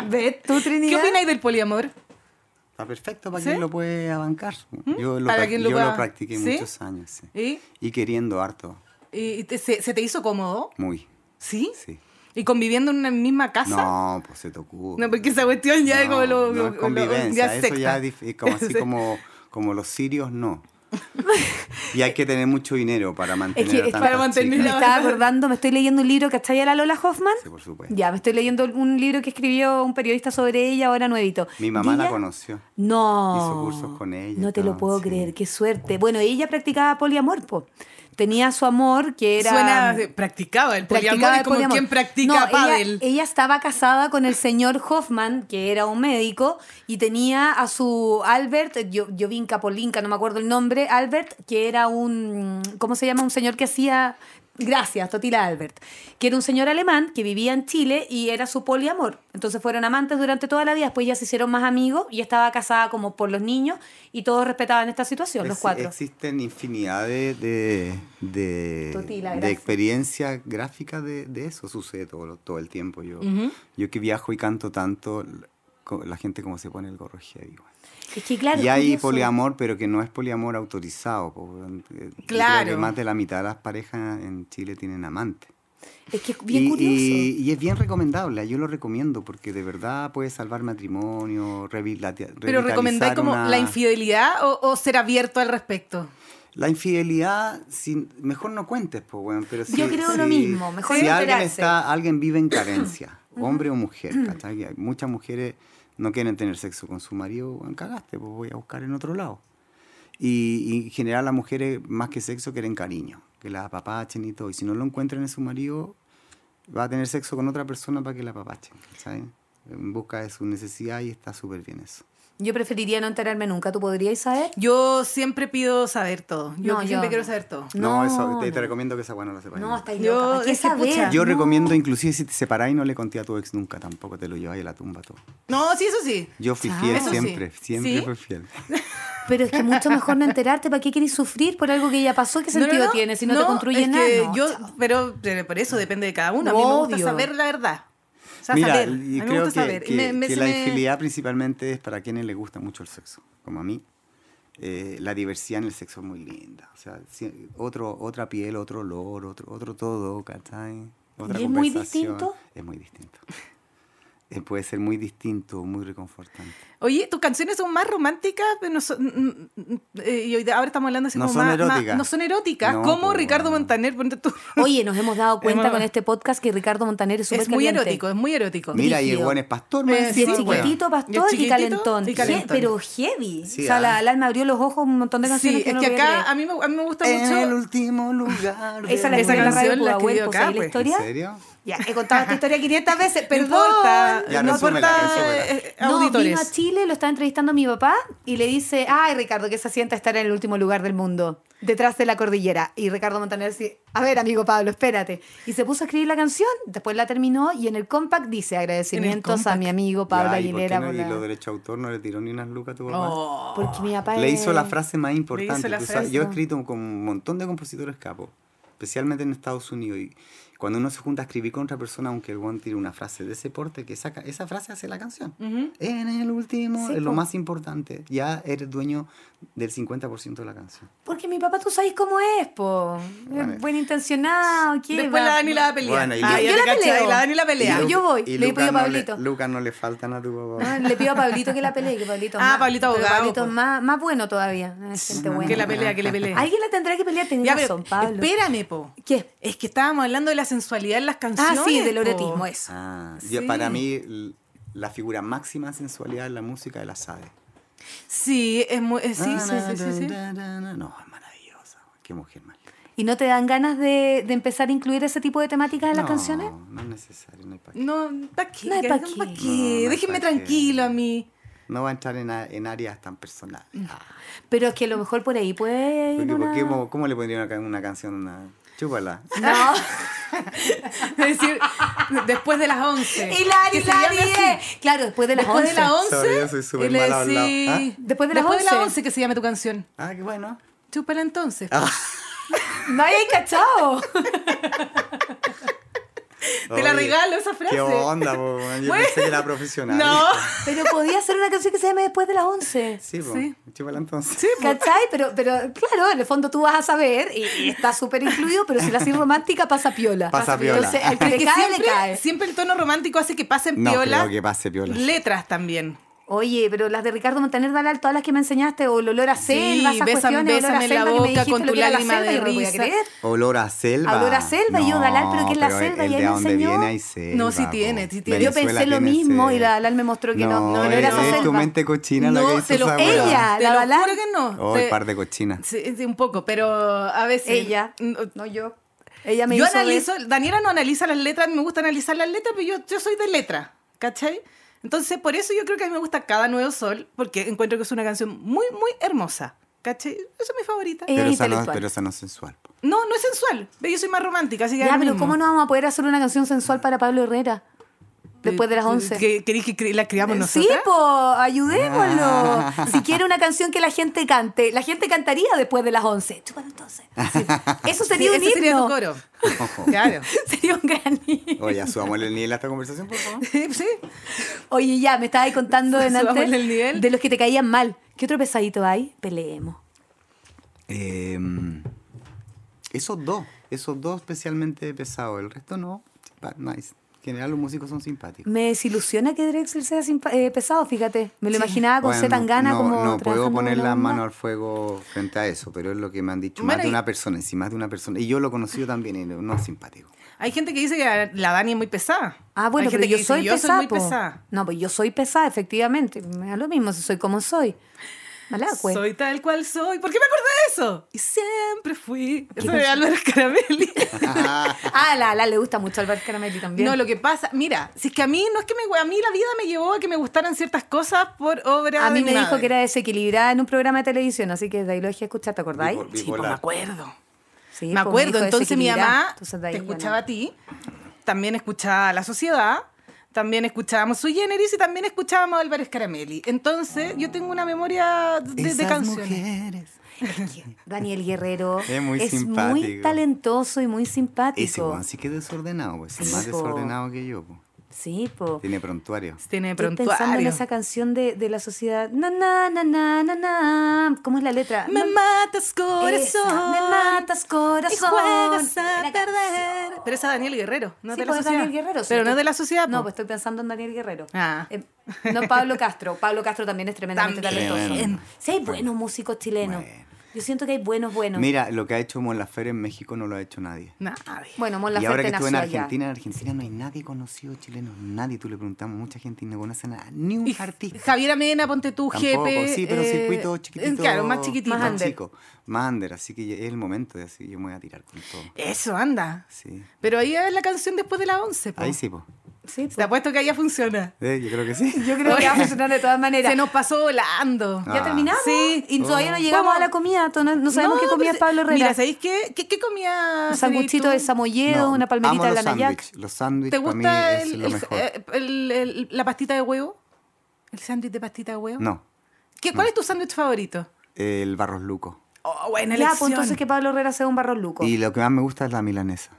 [SPEAKER 3] ¿Ves tú,
[SPEAKER 2] ¿Qué
[SPEAKER 3] Trinidad?
[SPEAKER 2] opináis del poliamor?
[SPEAKER 4] Está perfecto para
[SPEAKER 2] ¿Sí? ¿Mm?
[SPEAKER 4] quien lo puede avancar. Yo, lo,
[SPEAKER 2] Para
[SPEAKER 4] prac-
[SPEAKER 2] quien lo
[SPEAKER 4] yo
[SPEAKER 2] pueda-
[SPEAKER 4] lo practiqué
[SPEAKER 2] ¿Sí?
[SPEAKER 4] muchos años. sí.
[SPEAKER 2] ¿Y,
[SPEAKER 4] Y queriendo harto.
[SPEAKER 2] y te- se, se te hizo cómodo?
[SPEAKER 4] Muy.
[SPEAKER 2] ¿Sí?
[SPEAKER 4] Sí.
[SPEAKER 2] ¿Y conviviendo en una misma casa?
[SPEAKER 4] No, pues se tocó.
[SPEAKER 2] No, porque esa cuestión ya es
[SPEAKER 4] No,
[SPEAKER 2] como lo.
[SPEAKER 4] no
[SPEAKER 2] lo-
[SPEAKER 4] es
[SPEAKER 2] lo-
[SPEAKER 4] convivencia. Eso
[SPEAKER 2] secta.
[SPEAKER 4] ya es dif-
[SPEAKER 2] (laughs)
[SPEAKER 4] es como así como, como los sirios, no. y hay que tener mucho dinero para mantener
[SPEAKER 3] que
[SPEAKER 4] a
[SPEAKER 3] es
[SPEAKER 4] tantas
[SPEAKER 2] para mantener
[SPEAKER 3] Me
[SPEAKER 4] chicas.
[SPEAKER 2] la-
[SPEAKER 3] estaba acordando, me estoy leyendo un libro, ¿cachai? A la Lola Hoffman.
[SPEAKER 4] Sí, por supuesto.
[SPEAKER 3] Ya, me estoy leyendo un libro que escribió un periodista sobre ella, ahora nuevito.
[SPEAKER 4] Mi mamá
[SPEAKER 3] Y
[SPEAKER 4] la
[SPEAKER 3] ella-
[SPEAKER 4] conoció.
[SPEAKER 3] No.
[SPEAKER 4] Hizo cursos con ella y
[SPEAKER 3] No te lo
[SPEAKER 4] todo,
[SPEAKER 3] puedo
[SPEAKER 4] sí.
[SPEAKER 3] creer, qué suerte. Bueno, ella practicaba poliamor, po. Tenía su amor que era.
[SPEAKER 2] Suena. Practicaba el poliamor,
[SPEAKER 3] practicaba
[SPEAKER 2] es como
[SPEAKER 3] poliamor.
[SPEAKER 2] quien practica
[SPEAKER 3] No, ella-
[SPEAKER 2] pádel.
[SPEAKER 3] Ella, estaba casada con el señor Hoffman, que era un médico, y tenía a su Albert, yo, Jovinka, Polinka, no me acuerdo el nombre, Albert, que era un, ¿cómo se llama? Un señor que hacía, gracias, Totila Albert, que era un señor alemán que vivía en Chile y era su poliamor. Entonces fueron amantes durante toda la vida, después ya se hicieron más amigos y estaba casada como por los niños y todos respetaban esta situación, los
[SPEAKER 4] Ex-
[SPEAKER 3] cuatro.
[SPEAKER 4] Existen infinidad de, de, de,
[SPEAKER 3] Totila,
[SPEAKER 4] de
[SPEAKER 3] gracias.
[SPEAKER 4] experiencia gráfica de, de eso. Sucede todo, lo- todo el tiempo. Yo, yo que viajo y canto tanto, l- co- la gente como se pone el gorro heavy. güey.
[SPEAKER 3] Es que claro,
[SPEAKER 4] y hay
[SPEAKER 3] curioso.
[SPEAKER 4] poliamor, pero que no es poliamor autorizado. po, weón. Eh, yo creo
[SPEAKER 2] Claro.
[SPEAKER 4] que más de la mitad de las parejas en Chile tienen amante.
[SPEAKER 3] Es que es bien
[SPEAKER 4] y,
[SPEAKER 3] curioso.
[SPEAKER 4] y- y es bien recomendable, yo lo recomiendo porque de verdad puede salvar matrimonio, revitalizar.
[SPEAKER 2] Pero recomendáis como
[SPEAKER 4] una-
[SPEAKER 2] la infidelidad o, o ser abierto al respecto.
[SPEAKER 4] La infidelidad, si- mejor no cuentes, pues, weón. Pero si,
[SPEAKER 3] Yo creo
[SPEAKER 4] si-
[SPEAKER 3] lo mismo, mejor
[SPEAKER 4] si
[SPEAKER 3] no
[SPEAKER 4] alguien
[SPEAKER 3] enterarse.
[SPEAKER 4] está, alguien vive
[SPEAKER 3] (clears throat)
[SPEAKER 4] en carencia, hombre o mujer, ¿cachai? Hay Muchas mujeres no quieren tener sexo con su marido, weón, cagaste, pues voy a buscar en otro lado. Y, y en general las mujeres, más que sexo, quieren cariño. que la apapachen y todo. Y si no lo encuentran en su marido, va a tener sexo con otra persona para que la apapachen, ¿sabes? En busca de su necesidad y está súper bien eso.
[SPEAKER 3] Yo preferiría no enterarme nunca. ¿Tú podrías saber?
[SPEAKER 2] Yo siempre pido saber todo. Yo
[SPEAKER 3] No,
[SPEAKER 2] siempre
[SPEAKER 3] yo
[SPEAKER 2] quiero
[SPEAKER 3] no.
[SPEAKER 2] saber todo.
[SPEAKER 4] No,
[SPEAKER 3] No,
[SPEAKER 4] eso te, te
[SPEAKER 3] no.
[SPEAKER 4] recomiendo que esa buena no la sepa.
[SPEAKER 3] No, estáis
[SPEAKER 2] Yo-
[SPEAKER 3] loca. ¿Para qué
[SPEAKER 2] es que,
[SPEAKER 3] saber?
[SPEAKER 2] pucha,
[SPEAKER 4] Yo
[SPEAKER 3] No.
[SPEAKER 4] recomiendo, inclusive si te separáis, no le conté a tu ex nunca tampoco, te lo lleváis a la tumba todo.
[SPEAKER 2] No, sí, eso sí.
[SPEAKER 4] Yo fui
[SPEAKER 3] Chao.
[SPEAKER 4] fiel
[SPEAKER 2] Ah, Eso sí.
[SPEAKER 4] siempre, siempre
[SPEAKER 2] ¿Sí?
[SPEAKER 4] fui fiel.
[SPEAKER 3] Pero es que mucho mejor no enterarte. ¿Para qué querés sufrir por algo que ya pasó? ¿Qué
[SPEAKER 2] No, no,
[SPEAKER 3] sentido
[SPEAKER 2] no.
[SPEAKER 3] tiene si no, te construye
[SPEAKER 2] es
[SPEAKER 3] nada?
[SPEAKER 2] que
[SPEAKER 3] No,
[SPEAKER 2] yo,
[SPEAKER 3] chao.
[SPEAKER 2] pero, pero por eso depende de cada uno. a mí me gusta
[SPEAKER 3] Obvio.
[SPEAKER 2] saber la verdad. O sea,
[SPEAKER 4] Mira,
[SPEAKER 2] saber. A mí
[SPEAKER 4] y
[SPEAKER 2] me
[SPEAKER 4] creo
[SPEAKER 2] gusta
[SPEAKER 4] que,
[SPEAKER 2] saber. Y
[SPEAKER 4] que-
[SPEAKER 2] me- me-
[SPEAKER 4] que
[SPEAKER 2] se
[SPEAKER 4] la
[SPEAKER 2] me-
[SPEAKER 4] infidelidad principalmente es para quienes les gusta mucho el sexo, como a mí. Eh, la diversidad en el sexo es muy linda. O sea, si- otro, otra piel, otro olor, otro, otro todo, ¿cachai? Otra
[SPEAKER 3] ¿Y es muy
[SPEAKER 4] conversación.
[SPEAKER 3] distinto?
[SPEAKER 4] Es muy distinto. Eh, puede ser muy distinto, muy reconfortante.
[SPEAKER 2] Oye, tus canciones son más románticas, pero no son- mm, mm, mm, eh, y hoy de- ahora estamos hablando así
[SPEAKER 4] No
[SPEAKER 2] como
[SPEAKER 4] son
[SPEAKER 2] más, más-
[SPEAKER 4] eróticas.
[SPEAKER 2] No son eróticas.
[SPEAKER 4] No,
[SPEAKER 2] como
[SPEAKER 4] po,
[SPEAKER 2] Ricardo
[SPEAKER 4] bueno.
[SPEAKER 2] Montaner, ponte tú.
[SPEAKER 3] Oye, nos hemos dado cuenta
[SPEAKER 2] Hemos-
[SPEAKER 3] con este podcast que Ricardo Montaner es súper
[SPEAKER 2] (laughs) es muy
[SPEAKER 3] caliente.
[SPEAKER 2] erótico, es muy erótico.
[SPEAKER 4] Mira, y el
[SPEAKER 3] Brígido.
[SPEAKER 4] buen es pastor,
[SPEAKER 2] Eh,
[SPEAKER 4] me pues,
[SPEAKER 3] Sí,
[SPEAKER 2] Sí,
[SPEAKER 3] es
[SPEAKER 2] bueno.
[SPEAKER 3] chiquitito,
[SPEAKER 2] Y es
[SPEAKER 3] pastor y
[SPEAKER 2] chiquitito
[SPEAKER 3] calentón.
[SPEAKER 2] y
[SPEAKER 3] He-
[SPEAKER 2] calentón.
[SPEAKER 3] Pero heavy.
[SPEAKER 4] Sí,
[SPEAKER 3] o sea,
[SPEAKER 4] ah.
[SPEAKER 3] la, la alma abrió los ojos un montón de canciones
[SPEAKER 2] Sí,
[SPEAKER 3] que
[SPEAKER 2] es
[SPEAKER 3] uno
[SPEAKER 2] que
[SPEAKER 3] no puede
[SPEAKER 2] acá
[SPEAKER 3] creer.
[SPEAKER 2] a mí, me, a mí me gusta
[SPEAKER 4] En el
[SPEAKER 2] mucho.
[SPEAKER 4] último lugar.
[SPEAKER 3] Esa la
[SPEAKER 4] del
[SPEAKER 2] esa
[SPEAKER 3] escribió en la
[SPEAKER 4] mundo.
[SPEAKER 3] radio
[SPEAKER 2] canción la
[SPEAKER 3] Pudahuel,
[SPEAKER 2] escribió
[SPEAKER 3] ¿pues
[SPEAKER 2] acá,
[SPEAKER 3] ahí la
[SPEAKER 2] pues.
[SPEAKER 4] ¿En
[SPEAKER 3] historia?
[SPEAKER 4] serio?
[SPEAKER 3] Ya, he contado
[SPEAKER 2] (laughs)
[SPEAKER 3] esta historia 500 veces, perdón.
[SPEAKER 2] importa.
[SPEAKER 4] Ya,
[SPEAKER 2] eh, no
[SPEAKER 4] resúmela,
[SPEAKER 2] importa,
[SPEAKER 4] resúmela.
[SPEAKER 2] eh, eh,
[SPEAKER 3] No, vino a
[SPEAKER 2] auditores.
[SPEAKER 3] Chile, lo estaba entrevistando mi papá y le dice, ay Ricardo, que se sienta estar en el último lugar del mundo, detrás de la cordillera. Y Ricardo Montaner dice, a ver amigo Pablo, espérate. Y se puso a escribir la canción, después la terminó y en el compact dice agradecimientos
[SPEAKER 2] compact.
[SPEAKER 3] a mi amigo Pablo
[SPEAKER 4] Ya, ¿y por qué
[SPEAKER 3] Aguilera.
[SPEAKER 4] no?
[SPEAKER 3] por
[SPEAKER 4] Y
[SPEAKER 3] la-
[SPEAKER 4] los derechos de autor no le tiró ni unas lucas a tu papá.
[SPEAKER 2] Oh.
[SPEAKER 3] Porque mi papá
[SPEAKER 4] Le
[SPEAKER 3] es-
[SPEAKER 4] hizo la frase más importante.
[SPEAKER 2] la
[SPEAKER 4] tú sabes.
[SPEAKER 2] frase.
[SPEAKER 4] Yo he escrito con un montón de compositores capos, especialmente en Estados Unidos. Y cuando uno se junta a escribir con otra persona, aunque el one tire una frase de ese porte, que saca, esa frase hace la canción. En el último,
[SPEAKER 3] Sí,
[SPEAKER 4] es lo
[SPEAKER 3] po.
[SPEAKER 4] más importante. Ya eres dueño del 50% de la canción.
[SPEAKER 3] Porque mi papá tú sabes cómo es, po.
[SPEAKER 4] Bueno.
[SPEAKER 3] Buen intencionado, ¿qué
[SPEAKER 2] Después
[SPEAKER 3] va?
[SPEAKER 2] la Dani la va a pelear.
[SPEAKER 4] Bueno, y
[SPEAKER 2] Ah, ya
[SPEAKER 4] yo-
[SPEAKER 3] yo
[SPEAKER 2] te
[SPEAKER 3] la
[SPEAKER 2] cachai,
[SPEAKER 3] peleo.
[SPEAKER 2] la Dani la pelea.
[SPEAKER 3] Y ah, yo voy,
[SPEAKER 4] y
[SPEAKER 3] le
[SPEAKER 4] Lucas
[SPEAKER 3] pido a
[SPEAKER 4] no le-
[SPEAKER 3] Pablito.
[SPEAKER 4] Lucas no le faltan a tu
[SPEAKER 3] Ah,
[SPEAKER 4] papá.
[SPEAKER 3] le pido a Pablito que la pelee, que Pablito es
[SPEAKER 2] Ah,
[SPEAKER 3] más-
[SPEAKER 2] Pablito
[SPEAKER 3] pero
[SPEAKER 2] abogado,
[SPEAKER 3] Pablito es
[SPEAKER 2] po.
[SPEAKER 3] más, más bueno todavía. Es
[SPEAKER 4] Mm.
[SPEAKER 3] gente buena.
[SPEAKER 2] Que la pelea, que le pelea.
[SPEAKER 3] Alguien la tendrá que pelear, tenés
[SPEAKER 2] Ya, pero
[SPEAKER 3] razón, Pablo.
[SPEAKER 2] Espérame, po.
[SPEAKER 3] ¿Qué?
[SPEAKER 2] Es que estábamos hablando de la sensualidad en las
[SPEAKER 3] Ah,
[SPEAKER 2] canciones.
[SPEAKER 3] sí, del
[SPEAKER 2] po.
[SPEAKER 3] erotismo, eso.
[SPEAKER 4] Ah,
[SPEAKER 2] Sí.
[SPEAKER 4] yo- para mí, l- la figura máxima de sensualidad en la música es la SADE.
[SPEAKER 2] Sí, es muy. eh, sí,
[SPEAKER 4] Na,
[SPEAKER 2] sí,
[SPEAKER 4] na,
[SPEAKER 2] sí, sí, sí.
[SPEAKER 4] na, na, na. No, es maravillosa. Qué mujer más linda.
[SPEAKER 3] ¿Y no te dan ganas de, de empezar a incluir ese tipo de temáticas en las
[SPEAKER 4] No,
[SPEAKER 3] canciones?
[SPEAKER 4] No es necesario, no hay pa' qué.
[SPEAKER 2] No, ¿para qué?
[SPEAKER 3] No hay pa' qué.
[SPEAKER 2] ¿Pa'
[SPEAKER 3] No,
[SPEAKER 4] no hay
[SPEAKER 2] Déjenme
[SPEAKER 4] pa' qué.
[SPEAKER 2] tranquilo a mí.
[SPEAKER 4] No va a entrar en, a- en áreas tan personales.
[SPEAKER 3] Pero es que a lo mejor por ahí puede ir
[SPEAKER 4] Porque, ¿por
[SPEAKER 3] una-
[SPEAKER 4] qué- cómo, cómo le pondría una, ca- una canción a una. Chúpala.
[SPEAKER 3] (laughs) No.
[SPEAKER 2] Es decir, después de las 11.
[SPEAKER 3] (laughs) Hilari,
[SPEAKER 2] Que se llame
[SPEAKER 3] Hilari, eh.
[SPEAKER 2] así.
[SPEAKER 3] Claro, después de las
[SPEAKER 2] Después de
[SPEAKER 3] 11.
[SPEAKER 2] las 11.
[SPEAKER 4] Sorry, yo soy súper
[SPEAKER 2] y le
[SPEAKER 4] mal hablado.
[SPEAKER 2] decí-
[SPEAKER 4] ¿Ah?
[SPEAKER 3] Después de las 11.
[SPEAKER 2] 11 que se llame tu canción.
[SPEAKER 4] Ah, qué bueno.
[SPEAKER 2] Chúpala entonces.
[SPEAKER 4] Ah.
[SPEAKER 3] No (laughs) hay cachado.
[SPEAKER 2] Te la
[SPEAKER 4] Oye,
[SPEAKER 2] regalo esa frase.
[SPEAKER 4] ¿Qué onda, po? Yo pensé que era profesional.
[SPEAKER 2] No.
[SPEAKER 3] Pero podía ser una canción que se llame después de las 11.
[SPEAKER 4] Sí, po.
[SPEAKER 2] Sí.
[SPEAKER 4] Chúpala entonces.
[SPEAKER 3] ¿Cachai? Pero, pero claro, en el fondo tú vas a saber y, y está súper incluido, pero si la haces romántica pasa piola.
[SPEAKER 4] Pasa piola.
[SPEAKER 3] Entonces, al que
[SPEAKER 2] Pero
[SPEAKER 3] le
[SPEAKER 2] es que
[SPEAKER 3] cae,
[SPEAKER 2] siempre,
[SPEAKER 3] le cae.
[SPEAKER 2] siempre el tono romántico hace que pasen
[SPEAKER 4] No
[SPEAKER 2] piola.
[SPEAKER 4] creo que pase piola.
[SPEAKER 2] Letras también.
[SPEAKER 3] Oye, pero las de Ricardo Montaner Dalal, todas las que me enseñaste, o el olor a selva, esas
[SPEAKER 2] bésame-
[SPEAKER 3] cuestiones, olor a
[SPEAKER 2] bésame en la
[SPEAKER 3] selva que me
[SPEAKER 2] boca
[SPEAKER 3] dijiste,
[SPEAKER 2] con
[SPEAKER 3] lo
[SPEAKER 2] tu
[SPEAKER 3] que era la
[SPEAKER 2] lágrima
[SPEAKER 3] selva,
[SPEAKER 2] de
[SPEAKER 3] yo no podía
[SPEAKER 2] risa.
[SPEAKER 3] creer.
[SPEAKER 4] Olor a selva.
[SPEAKER 3] Olor a selva, y yo, Dalal, pero que es la
[SPEAKER 4] pero
[SPEAKER 3] selva,
[SPEAKER 4] el
[SPEAKER 3] y ahí me
[SPEAKER 4] de a donde
[SPEAKER 3] enseñó-
[SPEAKER 4] viene hay selva.
[SPEAKER 2] No, sí tiene, sí tiene.
[SPEAKER 3] Yo
[SPEAKER 4] Venezuela
[SPEAKER 3] pensé lo
[SPEAKER 4] tiene
[SPEAKER 3] mismo y
[SPEAKER 4] selva.
[SPEAKER 3] la Dalal me mostró que no, no, olor a esa
[SPEAKER 4] es tu
[SPEAKER 3] selva.
[SPEAKER 4] mente cochina la que hizo
[SPEAKER 2] te lo
[SPEAKER 4] esa
[SPEAKER 2] juro.
[SPEAKER 4] weá.
[SPEAKER 3] Ella,
[SPEAKER 2] Te
[SPEAKER 3] Ah, la
[SPEAKER 2] lo
[SPEAKER 3] Balán.
[SPEAKER 2] juro que no.
[SPEAKER 4] Oh,
[SPEAKER 2] Te-
[SPEAKER 4] el par de cochinas.
[SPEAKER 2] Sí, sí, un poco, pero a veces.
[SPEAKER 3] Ella,
[SPEAKER 2] N-
[SPEAKER 3] no yo. Ella me
[SPEAKER 2] yo
[SPEAKER 3] hizo ver-
[SPEAKER 2] analizo, Daniela no analiza las letras, a mí me gusta analizar las letras, pero yo, yo soy de letra, ¿cachai? Entonces, por eso yo creo que a mí me gusta Cada Nuevo Sol, porque encuentro que es una canción muy, muy hermosa, ¿cachai? Esa es mi favorita.
[SPEAKER 3] Ella
[SPEAKER 4] Pero
[SPEAKER 3] es
[SPEAKER 4] esa, no,
[SPEAKER 3] intelectual.
[SPEAKER 4] pero esa no es sensual.
[SPEAKER 3] (laughs)
[SPEAKER 4] po.
[SPEAKER 2] No, no es sensual, pero yo soy más romántica, así que... da
[SPEAKER 3] Ya,
[SPEAKER 2] lo
[SPEAKER 3] pero
[SPEAKER 2] mismo.
[SPEAKER 3] ¿cómo no vamos a poder hacer una canción sensual para Pablo Herrera? Después de las 11.
[SPEAKER 2] ¿Que- Eh, ¿Queréis que cre- la criamos
[SPEAKER 3] Sí,
[SPEAKER 2] nosotros?
[SPEAKER 3] po, ayudémoslo.
[SPEAKER 4] Ah.
[SPEAKER 3] Si quiere una canción que la gente cante, la gente cantaría después de las 11. Chúpalo entonces. Sí.
[SPEAKER 4] (laughs)
[SPEAKER 3] Eso sería un
[SPEAKER 2] ese sería tu
[SPEAKER 3] himno.
[SPEAKER 2] coro. Claro. (laughs)
[SPEAKER 3] Sería un gran himno.
[SPEAKER 4] Oye, subamos el nivel a esta conversación,
[SPEAKER 3] (laughs)
[SPEAKER 4] por favor.
[SPEAKER 2] Sí, sí.
[SPEAKER 3] Oye, ya, me estabas
[SPEAKER 2] (laughs)
[SPEAKER 3] ahí contando en
[SPEAKER 2] Subamos
[SPEAKER 3] antes
[SPEAKER 2] el nivel.
[SPEAKER 3] de los que te caían mal. ¿Qué otro pesadito hay? Peleemos.
[SPEAKER 4] Eh, esos dos, esos dos especialmente pesados. El resto no. Pa- Nice. En general, los músicos son simpáticos.
[SPEAKER 3] Me desilusiona que Drexel sea simpa- eh, pesado, fíjate. Me lo imaginaba Ah, con
[SPEAKER 4] Bueno,
[SPEAKER 3] Z Tangana
[SPEAKER 4] no,
[SPEAKER 3] como
[SPEAKER 4] no puedo
[SPEAKER 3] trabajando
[SPEAKER 4] poner
[SPEAKER 3] buena
[SPEAKER 4] la
[SPEAKER 3] onda.
[SPEAKER 4] mano al fuego frente a eso, pero es lo que me han dicho
[SPEAKER 2] Bueno,
[SPEAKER 4] más de
[SPEAKER 2] y-
[SPEAKER 4] una persona, sí, más de una persona. Y yo lo he conocido también, y no no es simpático.
[SPEAKER 2] Hay gente que dice que la Dani es muy pesada.
[SPEAKER 3] Ah, bueno,
[SPEAKER 2] Hay
[SPEAKER 3] pero
[SPEAKER 2] gente
[SPEAKER 3] yo
[SPEAKER 2] que dice,
[SPEAKER 3] soy
[SPEAKER 2] yo
[SPEAKER 3] pesada.
[SPEAKER 2] soy muy pesada.
[SPEAKER 3] No, pues yo soy pesada, efectivamente. Me da lo mismo si soy como soy. Malacue.
[SPEAKER 4] (laughs)
[SPEAKER 2] Soy tal cual soy. ¿Por qué me acordé de eso? Y siempre fui. Eso de Álvaro Scaramelli.
[SPEAKER 3] Ah, a la, la le gusta mucho Albert Caramelli también.
[SPEAKER 2] No, lo que pasa, mira, si es que a mí no es que me, a mí la vida me llevó a que me gustaran ciertas cosas por obra
[SPEAKER 3] a mí
[SPEAKER 2] de
[SPEAKER 3] me
[SPEAKER 2] mi
[SPEAKER 3] dijo
[SPEAKER 2] madre.
[SPEAKER 3] que era desequilibrada en un programa de televisión, así que de ahí lo dejé escuchar, ¿te acordáis?
[SPEAKER 4] Bipolar.
[SPEAKER 2] Sí, pues, me acuerdo.
[SPEAKER 3] Sí,
[SPEAKER 2] me
[SPEAKER 3] pues,
[SPEAKER 2] acuerdo,
[SPEAKER 3] dijo
[SPEAKER 2] entonces mi
[SPEAKER 3] desequilibrada.
[SPEAKER 2] mamá
[SPEAKER 3] Entonces, de ahí
[SPEAKER 2] te
[SPEAKER 3] yo no.
[SPEAKER 2] escuchaba a ti, también escuchaba a La Sociedad, también escuchábamos Sui Generis y también escuchábamos a Álvarez Caramelli. Entonces yo tengo una memoria de, de
[SPEAKER 4] Esas
[SPEAKER 2] canciones.
[SPEAKER 4] mujeres.
[SPEAKER 3] Daniel Guerrero
[SPEAKER 4] (laughs) Es muy
[SPEAKER 3] muy
[SPEAKER 4] simpático.
[SPEAKER 3] talentoso y muy
[SPEAKER 4] Ese
[SPEAKER 3] simpático.
[SPEAKER 4] weón sí que es desordenado, pues. es
[SPEAKER 3] Sí,
[SPEAKER 4] más
[SPEAKER 3] po.
[SPEAKER 4] desordenado que yo, po.
[SPEAKER 3] Sí, po.
[SPEAKER 4] Tiene prontuario.
[SPEAKER 2] Tiene
[SPEAKER 3] Estoy pensando en
[SPEAKER 2] prontuario.
[SPEAKER 3] esa canción de, de la sociedad. Na, na, na, na, na, na. ¿Cómo es la letra?
[SPEAKER 2] Me
[SPEAKER 3] Na-
[SPEAKER 2] matas
[SPEAKER 3] Esa,
[SPEAKER 2] corazón.
[SPEAKER 3] me matas
[SPEAKER 2] Y
[SPEAKER 3] corazón.
[SPEAKER 2] juegas a
[SPEAKER 3] La
[SPEAKER 2] perder. Pero esa Daniel Guerrero, no
[SPEAKER 3] Sí,
[SPEAKER 2] de la
[SPEAKER 3] pues,
[SPEAKER 2] sociedad.
[SPEAKER 3] Daniel Guerrero. sí,
[SPEAKER 2] Pero no
[SPEAKER 3] estoy-
[SPEAKER 2] es de la sociedad.
[SPEAKER 3] No,
[SPEAKER 2] po.
[SPEAKER 3] pues estoy pensando en Daniel Guerrero.
[SPEAKER 2] Ah.
[SPEAKER 3] Eh, no Pablo Castro. Pablo Castro también es tremendamente
[SPEAKER 2] También.
[SPEAKER 3] talentoso. Em,
[SPEAKER 4] Tremendo.
[SPEAKER 3] Sí, hay buenos músicos chilenos.
[SPEAKER 4] Bueno.
[SPEAKER 3] Yo siento que hay buenos, buenos.
[SPEAKER 4] Mira, lo que ha hecho Mon Laferte en México no lo ha hecho nadie.
[SPEAKER 2] Nadie.
[SPEAKER 3] Bueno, Mon
[SPEAKER 4] Y ahora que
[SPEAKER 3] Laferte
[SPEAKER 4] estuve en
[SPEAKER 3] nació allá.
[SPEAKER 4] Argentina, en Argentina no hay nadie conocido chileno, nadie. Tú le preguntamos, mucha gente y no conoce nada, ni un
[SPEAKER 2] Y
[SPEAKER 4] artista.
[SPEAKER 2] Javier Amena, ponte tú,
[SPEAKER 4] Tampoco,
[SPEAKER 2] jefe.
[SPEAKER 4] sí, pero
[SPEAKER 2] eh,
[SPEAKER 4] circuito chiquitito.
[SPEAKER 2] Claro, más chiquitito.
[SPEAKER 3] Más under.
[SPEAKER 4] chico, más under, así que ya es el momento de así, yo me voy a tirar con todo.
[SPEAKER 2] Eso, anda.
[SPEAKER 4] Sí.
[SPEAKER 2] Pero ahí es la canción después de la 11. po.
[SPEAKER 4] Ahí sí, po.
[SPEAKER 3] Sí,
[SPEAKER 2] Te
[SPEAKER 3] pues.
[SPEAKER 2] apuesto que ahí ya funciona.
[SPEAKER 4] Eh, yo creo
[SPEAKER 2] (laughs)
[SPEAKER 4] que sí.
[SPEAKER 3] Yo creo que va a funcionar de todas maneras.
[SPEAKER 2] Se nos pasó volando.
[SPEAKER 3] ¿Ya
[SPEAKER 4] Ah.
[SPEAKER 3] terminamos?
[SPEAKER 2] Sí.
[SPEAKER 3] Y todavía no
[SPEAKER 2] Vamos.
[SPEAKER 3] llegamos a la comida. to- No, no sabemos
[SPEAKER 2] No,
[SPEAKER 3] qué comía
[SPEAKER 2] pero-
[SPEAKER 3] Pablo Herrera.
[SPEAKER 2] Mira, ¿sabéis qué? ¿Qué, qué comía?
[SPEAKER 3] un sanguchito de
[SPEAKER 2] Siri, tú?
[SPEAKER 3] samoyedo,
[SPEAKER 4] No,
[SPEAKER 3] una palmerita de
[SPEAKER 4] amo los
[SPEAKER 3] la Nayak.
[SPEAKER 4] sándwich. Los sándwiches
[SPEAKER 2] ¿Te
[SPEAKER 4] para mí
[SPEAKER 2] gusta
[SPEAKER 4] es
[SPEAKER 2] el-
[SPEAKER 4] lo
[SPEAKER 2] el-
[SPEAKER 4] mejor.
[SPEAKER 2] eh, el- el- la pastita de huevo? ¿El sándwich de pastita de huevo?
[SPEAKER 4] no,
[SPEAKER 2] ¿Qué, ¿Cuál es tu sándwich favorito?
[SPEAKER 4] el barros luco.
[SPEAKER 2] Oh, buena
[SPEAKER 3] Ya,
[SPEAKER 2] elección.
[SPEAKER 3] pues entonces que Pablo Herrera sea un barro luco.
[SPEAKER 4] Y lo que más me gusta es la milanesa.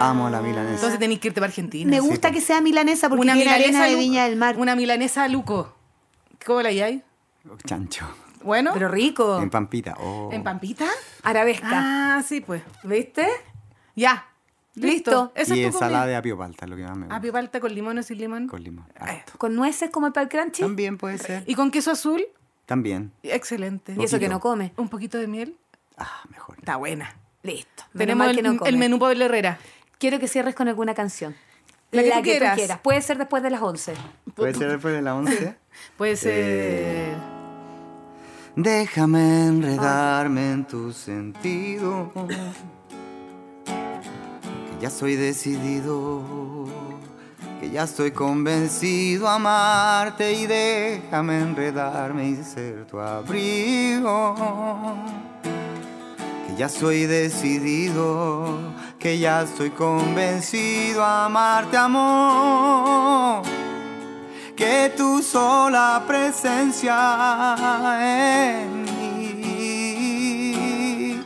[SPEAKER 4] Amo la milanesa.
[SPEAKER 2] Entonces tenés que irte para Argentina.
[SPEAKER 3] Me gusta que sea milanesa porque tiene arena de
[SPEAKER 2] lu-
[SPEAKER 3] Viña del Mar.
[SPEAKER 2] Una milanesa luco. ¿Cómo la hay?
[SPEAKER 4] Oh, Chancho.
[SPEAKER 2] Bueno,
[SPEAKER 3] Pero rico.
[SPEAKER 4] En pampita. Oh.
[SPEAKER 2] ¿en Pampita?
[SPEAKER 3] Arabesca.
[SPEAKER 2] Ah, sí, pues.
[SPEAKER 3] ¿Viste?
[SPEAKER 2] Ya.
[SPEAKER 3] Listo.
[SPEAKER 2] Listo. Eso
[SPEAKER 4] y
[SPEAKER 2] es tu
[SPEAKER 4] ensalada
[SPEAKER 2] comida.
[SPEAKER 4] de apio palta, lo que más me gusta.
[SPEAKER 2] Apio palta con limón o sin limón.
[SPEAKER 4] Con limón. harto.
[SPEAKER 3] Con nueces como el pal crunchy.
[SPEAKER 4] También puede ser.
[SPEAKER 2] Y con queso azul.
[SPEAKER 4] También.
[SPEAKER 2] Excelente.
[SPEAKER 3] Y eso que
[SPEAKER 4] poquito.
[SPEAKER 3] no come.
[SPEAKER 2] Un poquito de miel.
[SPEAKER 4] Ah, mejor.
[SPEAKER 2] Está buena.
[SPEAKER 3] Listo. Menos
[SPEAKER 2] Tenemos
[SPEAKER 3] mal
[SPEAKER 2] el,
[SPEAKER 3] que no come.
[SPEAKER 2] el menú Pablo Herrera.
[SPEAKER 3] Quiero que cierres con alguna canción.
[SPEAKER 2] La que tú quieras.
[SPEAKER 3] Puede ser después de las 11.
[SPEAKER 4] Puede ser después de
[SPEAKER 2] (laughs)
[SPEAKER 4] la 11.
[SPEAKER 2] Pues eh,
[SPEAKER 4] Déjame enredarme en tu sentido. Que ya soy decidido. Que ya estoy convencido a amarte. Y déjame enredarme y ser tu abrigo. que ya soy decidido, que ya estoy convencido a amarte, amor. Que tu sola presencia en mí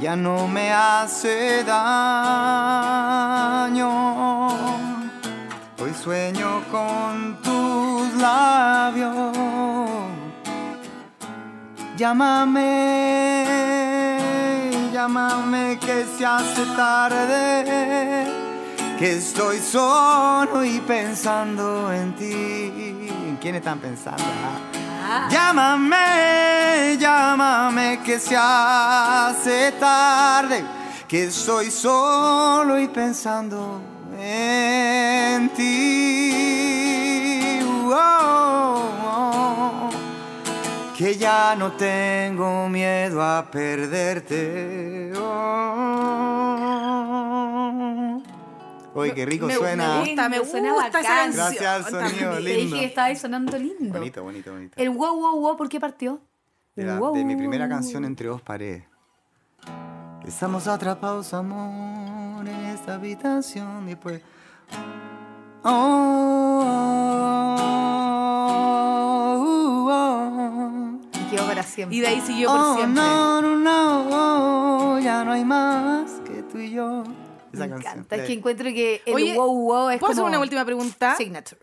[SPEAKER 4] ya no me hace daño. Hoy sueño con tus labios. Llámame, llámame que se hace tarde, que estoy solo y pensando en ti. ¿En quién están pensando? Ah. Llámame, llámame que se hace tarde, que estoy solo y pensando en ti. Oh, oh, oh que ya no tengo miedo a perderte. Oh. Oye, qué rico
[SPEAKER 2] me-
[SPEAKER 4] suena.
[SPEAKER 2] me gusta, me
[SPEAKER 3] Suena
[SPEAKER 2] gusta esa
[SPEAKER 3] bacán.
[SPEAKER 2] canción.
[SPEAKER 4] Gracias, sonido
[SPEAKER 2] también.
[SPEAKER 3] Te
[SPEAKER 4] lindo.
[SPEAKER 3] dije que estaba ahí sonando lindo.
[SPEAKER 4] Bonito, bonito, bonito.
[SPEAKER 3] El wow, wow, wow, ¿por qué partió?
[SPEAKER 4] De, la-
[SPEAKER 3] Wow,
[SPEAKER 4] de mi
[SPEAKER 3] wow,
[SPEAKER 4] primera
[SPEAKER 3] wow.
[SPEAKER 4] canción entre dos paredes. Estamos atrapados, amor, en esta habitación. pues, Después. Oh, uh, oh.
[SPEAKER 3] Y quedó para siempre.
[SPEAKER 2] Y de ahí siguió por
[SPEAKER 4] Oh,
[SPEAKER 2] siempre.
[SPEAKER 4] No, no, no, oh, ya no hay más que tú y yo. Esa
[SPEAKER 3] Me
[SPEAKER 4] canción.
[SPEAKER 3] encanta. Es que
[SPEAKER 4] Sí.
[SPEAKER 3] encuentro que el
[SPEAKER 2] Oye,
[SPEAKER 3] wow, wow es
[SPEAKER 2] ¿Puedo hacer
[SPEAKER 3] como
[SPEAKER 2] una última pregunta?
[SPEAKER 3] Signature.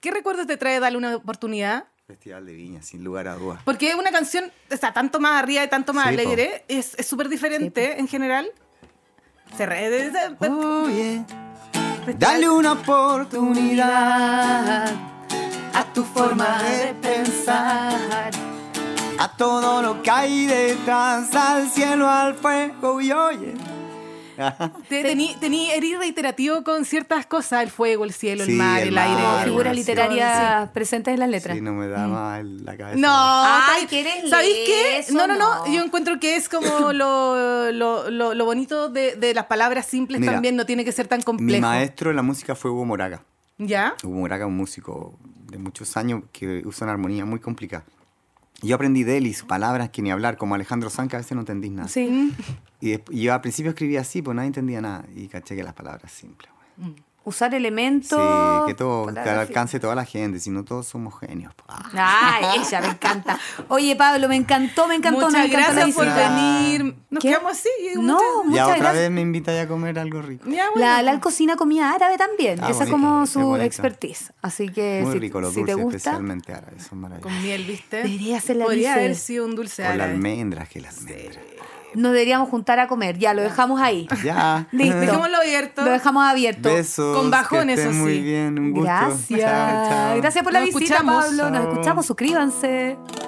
[SPEAKER 2] ¿Qué recuerdos te trae darle una oportunidad?
[SPEAKER 4] Festival de Viña, sin lugar a dudas.
[SPEAKER 2] Porque una canción está tanto más arriba y tanto más
[SPEAKER 4] Sí, po.
[SPEAKER 2] alegre, es es súper diferente en general. Se re... de- de- de-
[SPEAKER 3] Oh,
[SPEAKER 4] Oye, dale una oportunidad a tu forma de pensar, a todo lo que hay detrás, al cielo, al fuego y oye. (laughs)
[SPEAKER 2] Te- Tení, tení eres reiterativo con ciertas cosas, el fuego, el cielo, el
[SPEAKER 4] Sí,
[SPEAKER 2] mar, el,
[SPEAKER 4] el
[SPEAKER 2] aire.
[SPEAKER 4] mar,
[SPEAKER 2] el-
[SPEAKER 3] Figuras
[SPEAKER 4] Ah, sí.
[SPEAKER 3] literarias presentes en las letras.
[SPEAKER 4] Sí, no me da más en la cabeza.
[SPEAKER 2] No,
[SPEAKER 5] Ay,
[SPEAKER 2] está-
[SPEAKER 5] ¿quieres
[SPEAKER 2] ¿sabéis
[SPEAKER 5] leer
[SPEAKER 2] qué?
[SPEAKER 5] eso?
[SPEAKER 2] No, no, no,
[SPEAKER 5] No.
[SPEAKER 2] Yo encuentro que es
[SPEAKER 3] (coughs)
[SPEAKER 2] como lo, lo, lo- lo bonito de, de las palabras simples
[SPEAKER 4] Mira,
[SPEAKER 2] también, no tiene que ser tan complejo.
[SPEAKER 4] Mi maestro en la música fue Hugo Moraga.
[SPEAKER 2] ¿Ya?
[SPEAKER 4] Hugo Moraga, un músico de muchos años que usa una armonía muy complicada. Yo aprendí de él y sus palabras que ni hablar, como Alejandro Sanz, que a veces no entendís nada.
[SPEAKER 2] Mm.
[SPEAKER 3] Sí.
[SPEAKER 4] Y, desp- y yo al principio escribía así, pues nadie entendía nada. Y caché que las palabras simples, güey.
[SPEAKER 3] Usar
[SPEAKER 4] Sí,
[SPEAKER 3] elementos.
[SPEAKER 4] que todo, que al
[SPEAKER 3] palabras
[SPEAKER 4] alcance de toda la gente, si no todos somos genios. po. Ah.
[SPEAKER 3] Ay, ella, me encanta. Oye, Pablo, me encantó, me encantó.
[SPEAKER 2] Muchas
[SPEAKER 3] me encantó la
[SPEAKER 2] gracias por
[SPEAKER 3] visita.
[SPEAKER 2] venir. Nos
[SPEAKER 3] ¿Qué?
[SPEAKER 2] quedamos así.
[SPEAKER 3] No,
[SPEAKER 2] muchas-
[SPEAKER 4] Ya
[SPEAKER 3] muchas
[SPEAKER 4] otra
[SPEAKER 3] gracias.
[SPEAKER 4] vez me invitáis a comer algo rico.
[SPEAKER 2] Ya, Ah, bueno.
[SPEAKER 3] La, la cocina comida árabe también.
[SPEAKER 4] Ah,
[SPEAKER 3] Esa es
[SPEAKER 4] bonito,
[SPEAKER 3] como
[SPEAKER 4] es
[SPEAKER 3] su
[SPEAKER 4] bonito.
[SPEAKER 3] expertise. Así que
[SPEAKER 4] Muy
[SPEAKER 3] si,
[SPEAKER 4] rico, los
[SPEAKER 3] si te
[SPEAKER 4] dulces,
[SPEAKER 3] gusta.
[SPEAKER 4] especialmente árabes, son maravillosos.
[SPEAKER 2] Con miel, ¿viste?
[SPEAKER 3] Debería hacer la
[SPEAKER 2] Podría
[SPEAKER 3] Lice.
[SPEAKER 2] haber sido un dulce
[SPEAKER 4] Con la
[SPEAKER 2] árabe.
[SPEAKER 4] almendra, que la almendra.
[SPEAKER 3] Nos deberíamos juntar a comer. Ya, lo dejamos ahí.
[SPEAKER 4] Ya.
[SPEAKER 3] Listo.
[SPEAKER 2] Dejémoslo abierto.
[SPEAKER 3] Lo dejamos abierto.
[SPEAKER 4] Besos.
[SPEAKER 2] Con bajones,
[SPEAKER 4] que estén
[SPEAKER 2] eso
[SPEAKER 4] muy
[SPEAKER 2] sí.
[SPEAKER 4] bien, un gusto.
[SPEAKER 3] Gracias.
[SPEAKER 4] Chao, chao.
[SPEAKER 3] Gracias por la
[SPEAKER 2] Nos
[SPEAKER 3] visita,
[SPEAKER 2] escuchamos.
[SPEAKER 3] Pablo. Nos
[SPEAKER 4] Chao.
[SPEAKER 3] escuchamos. Suscríbanse.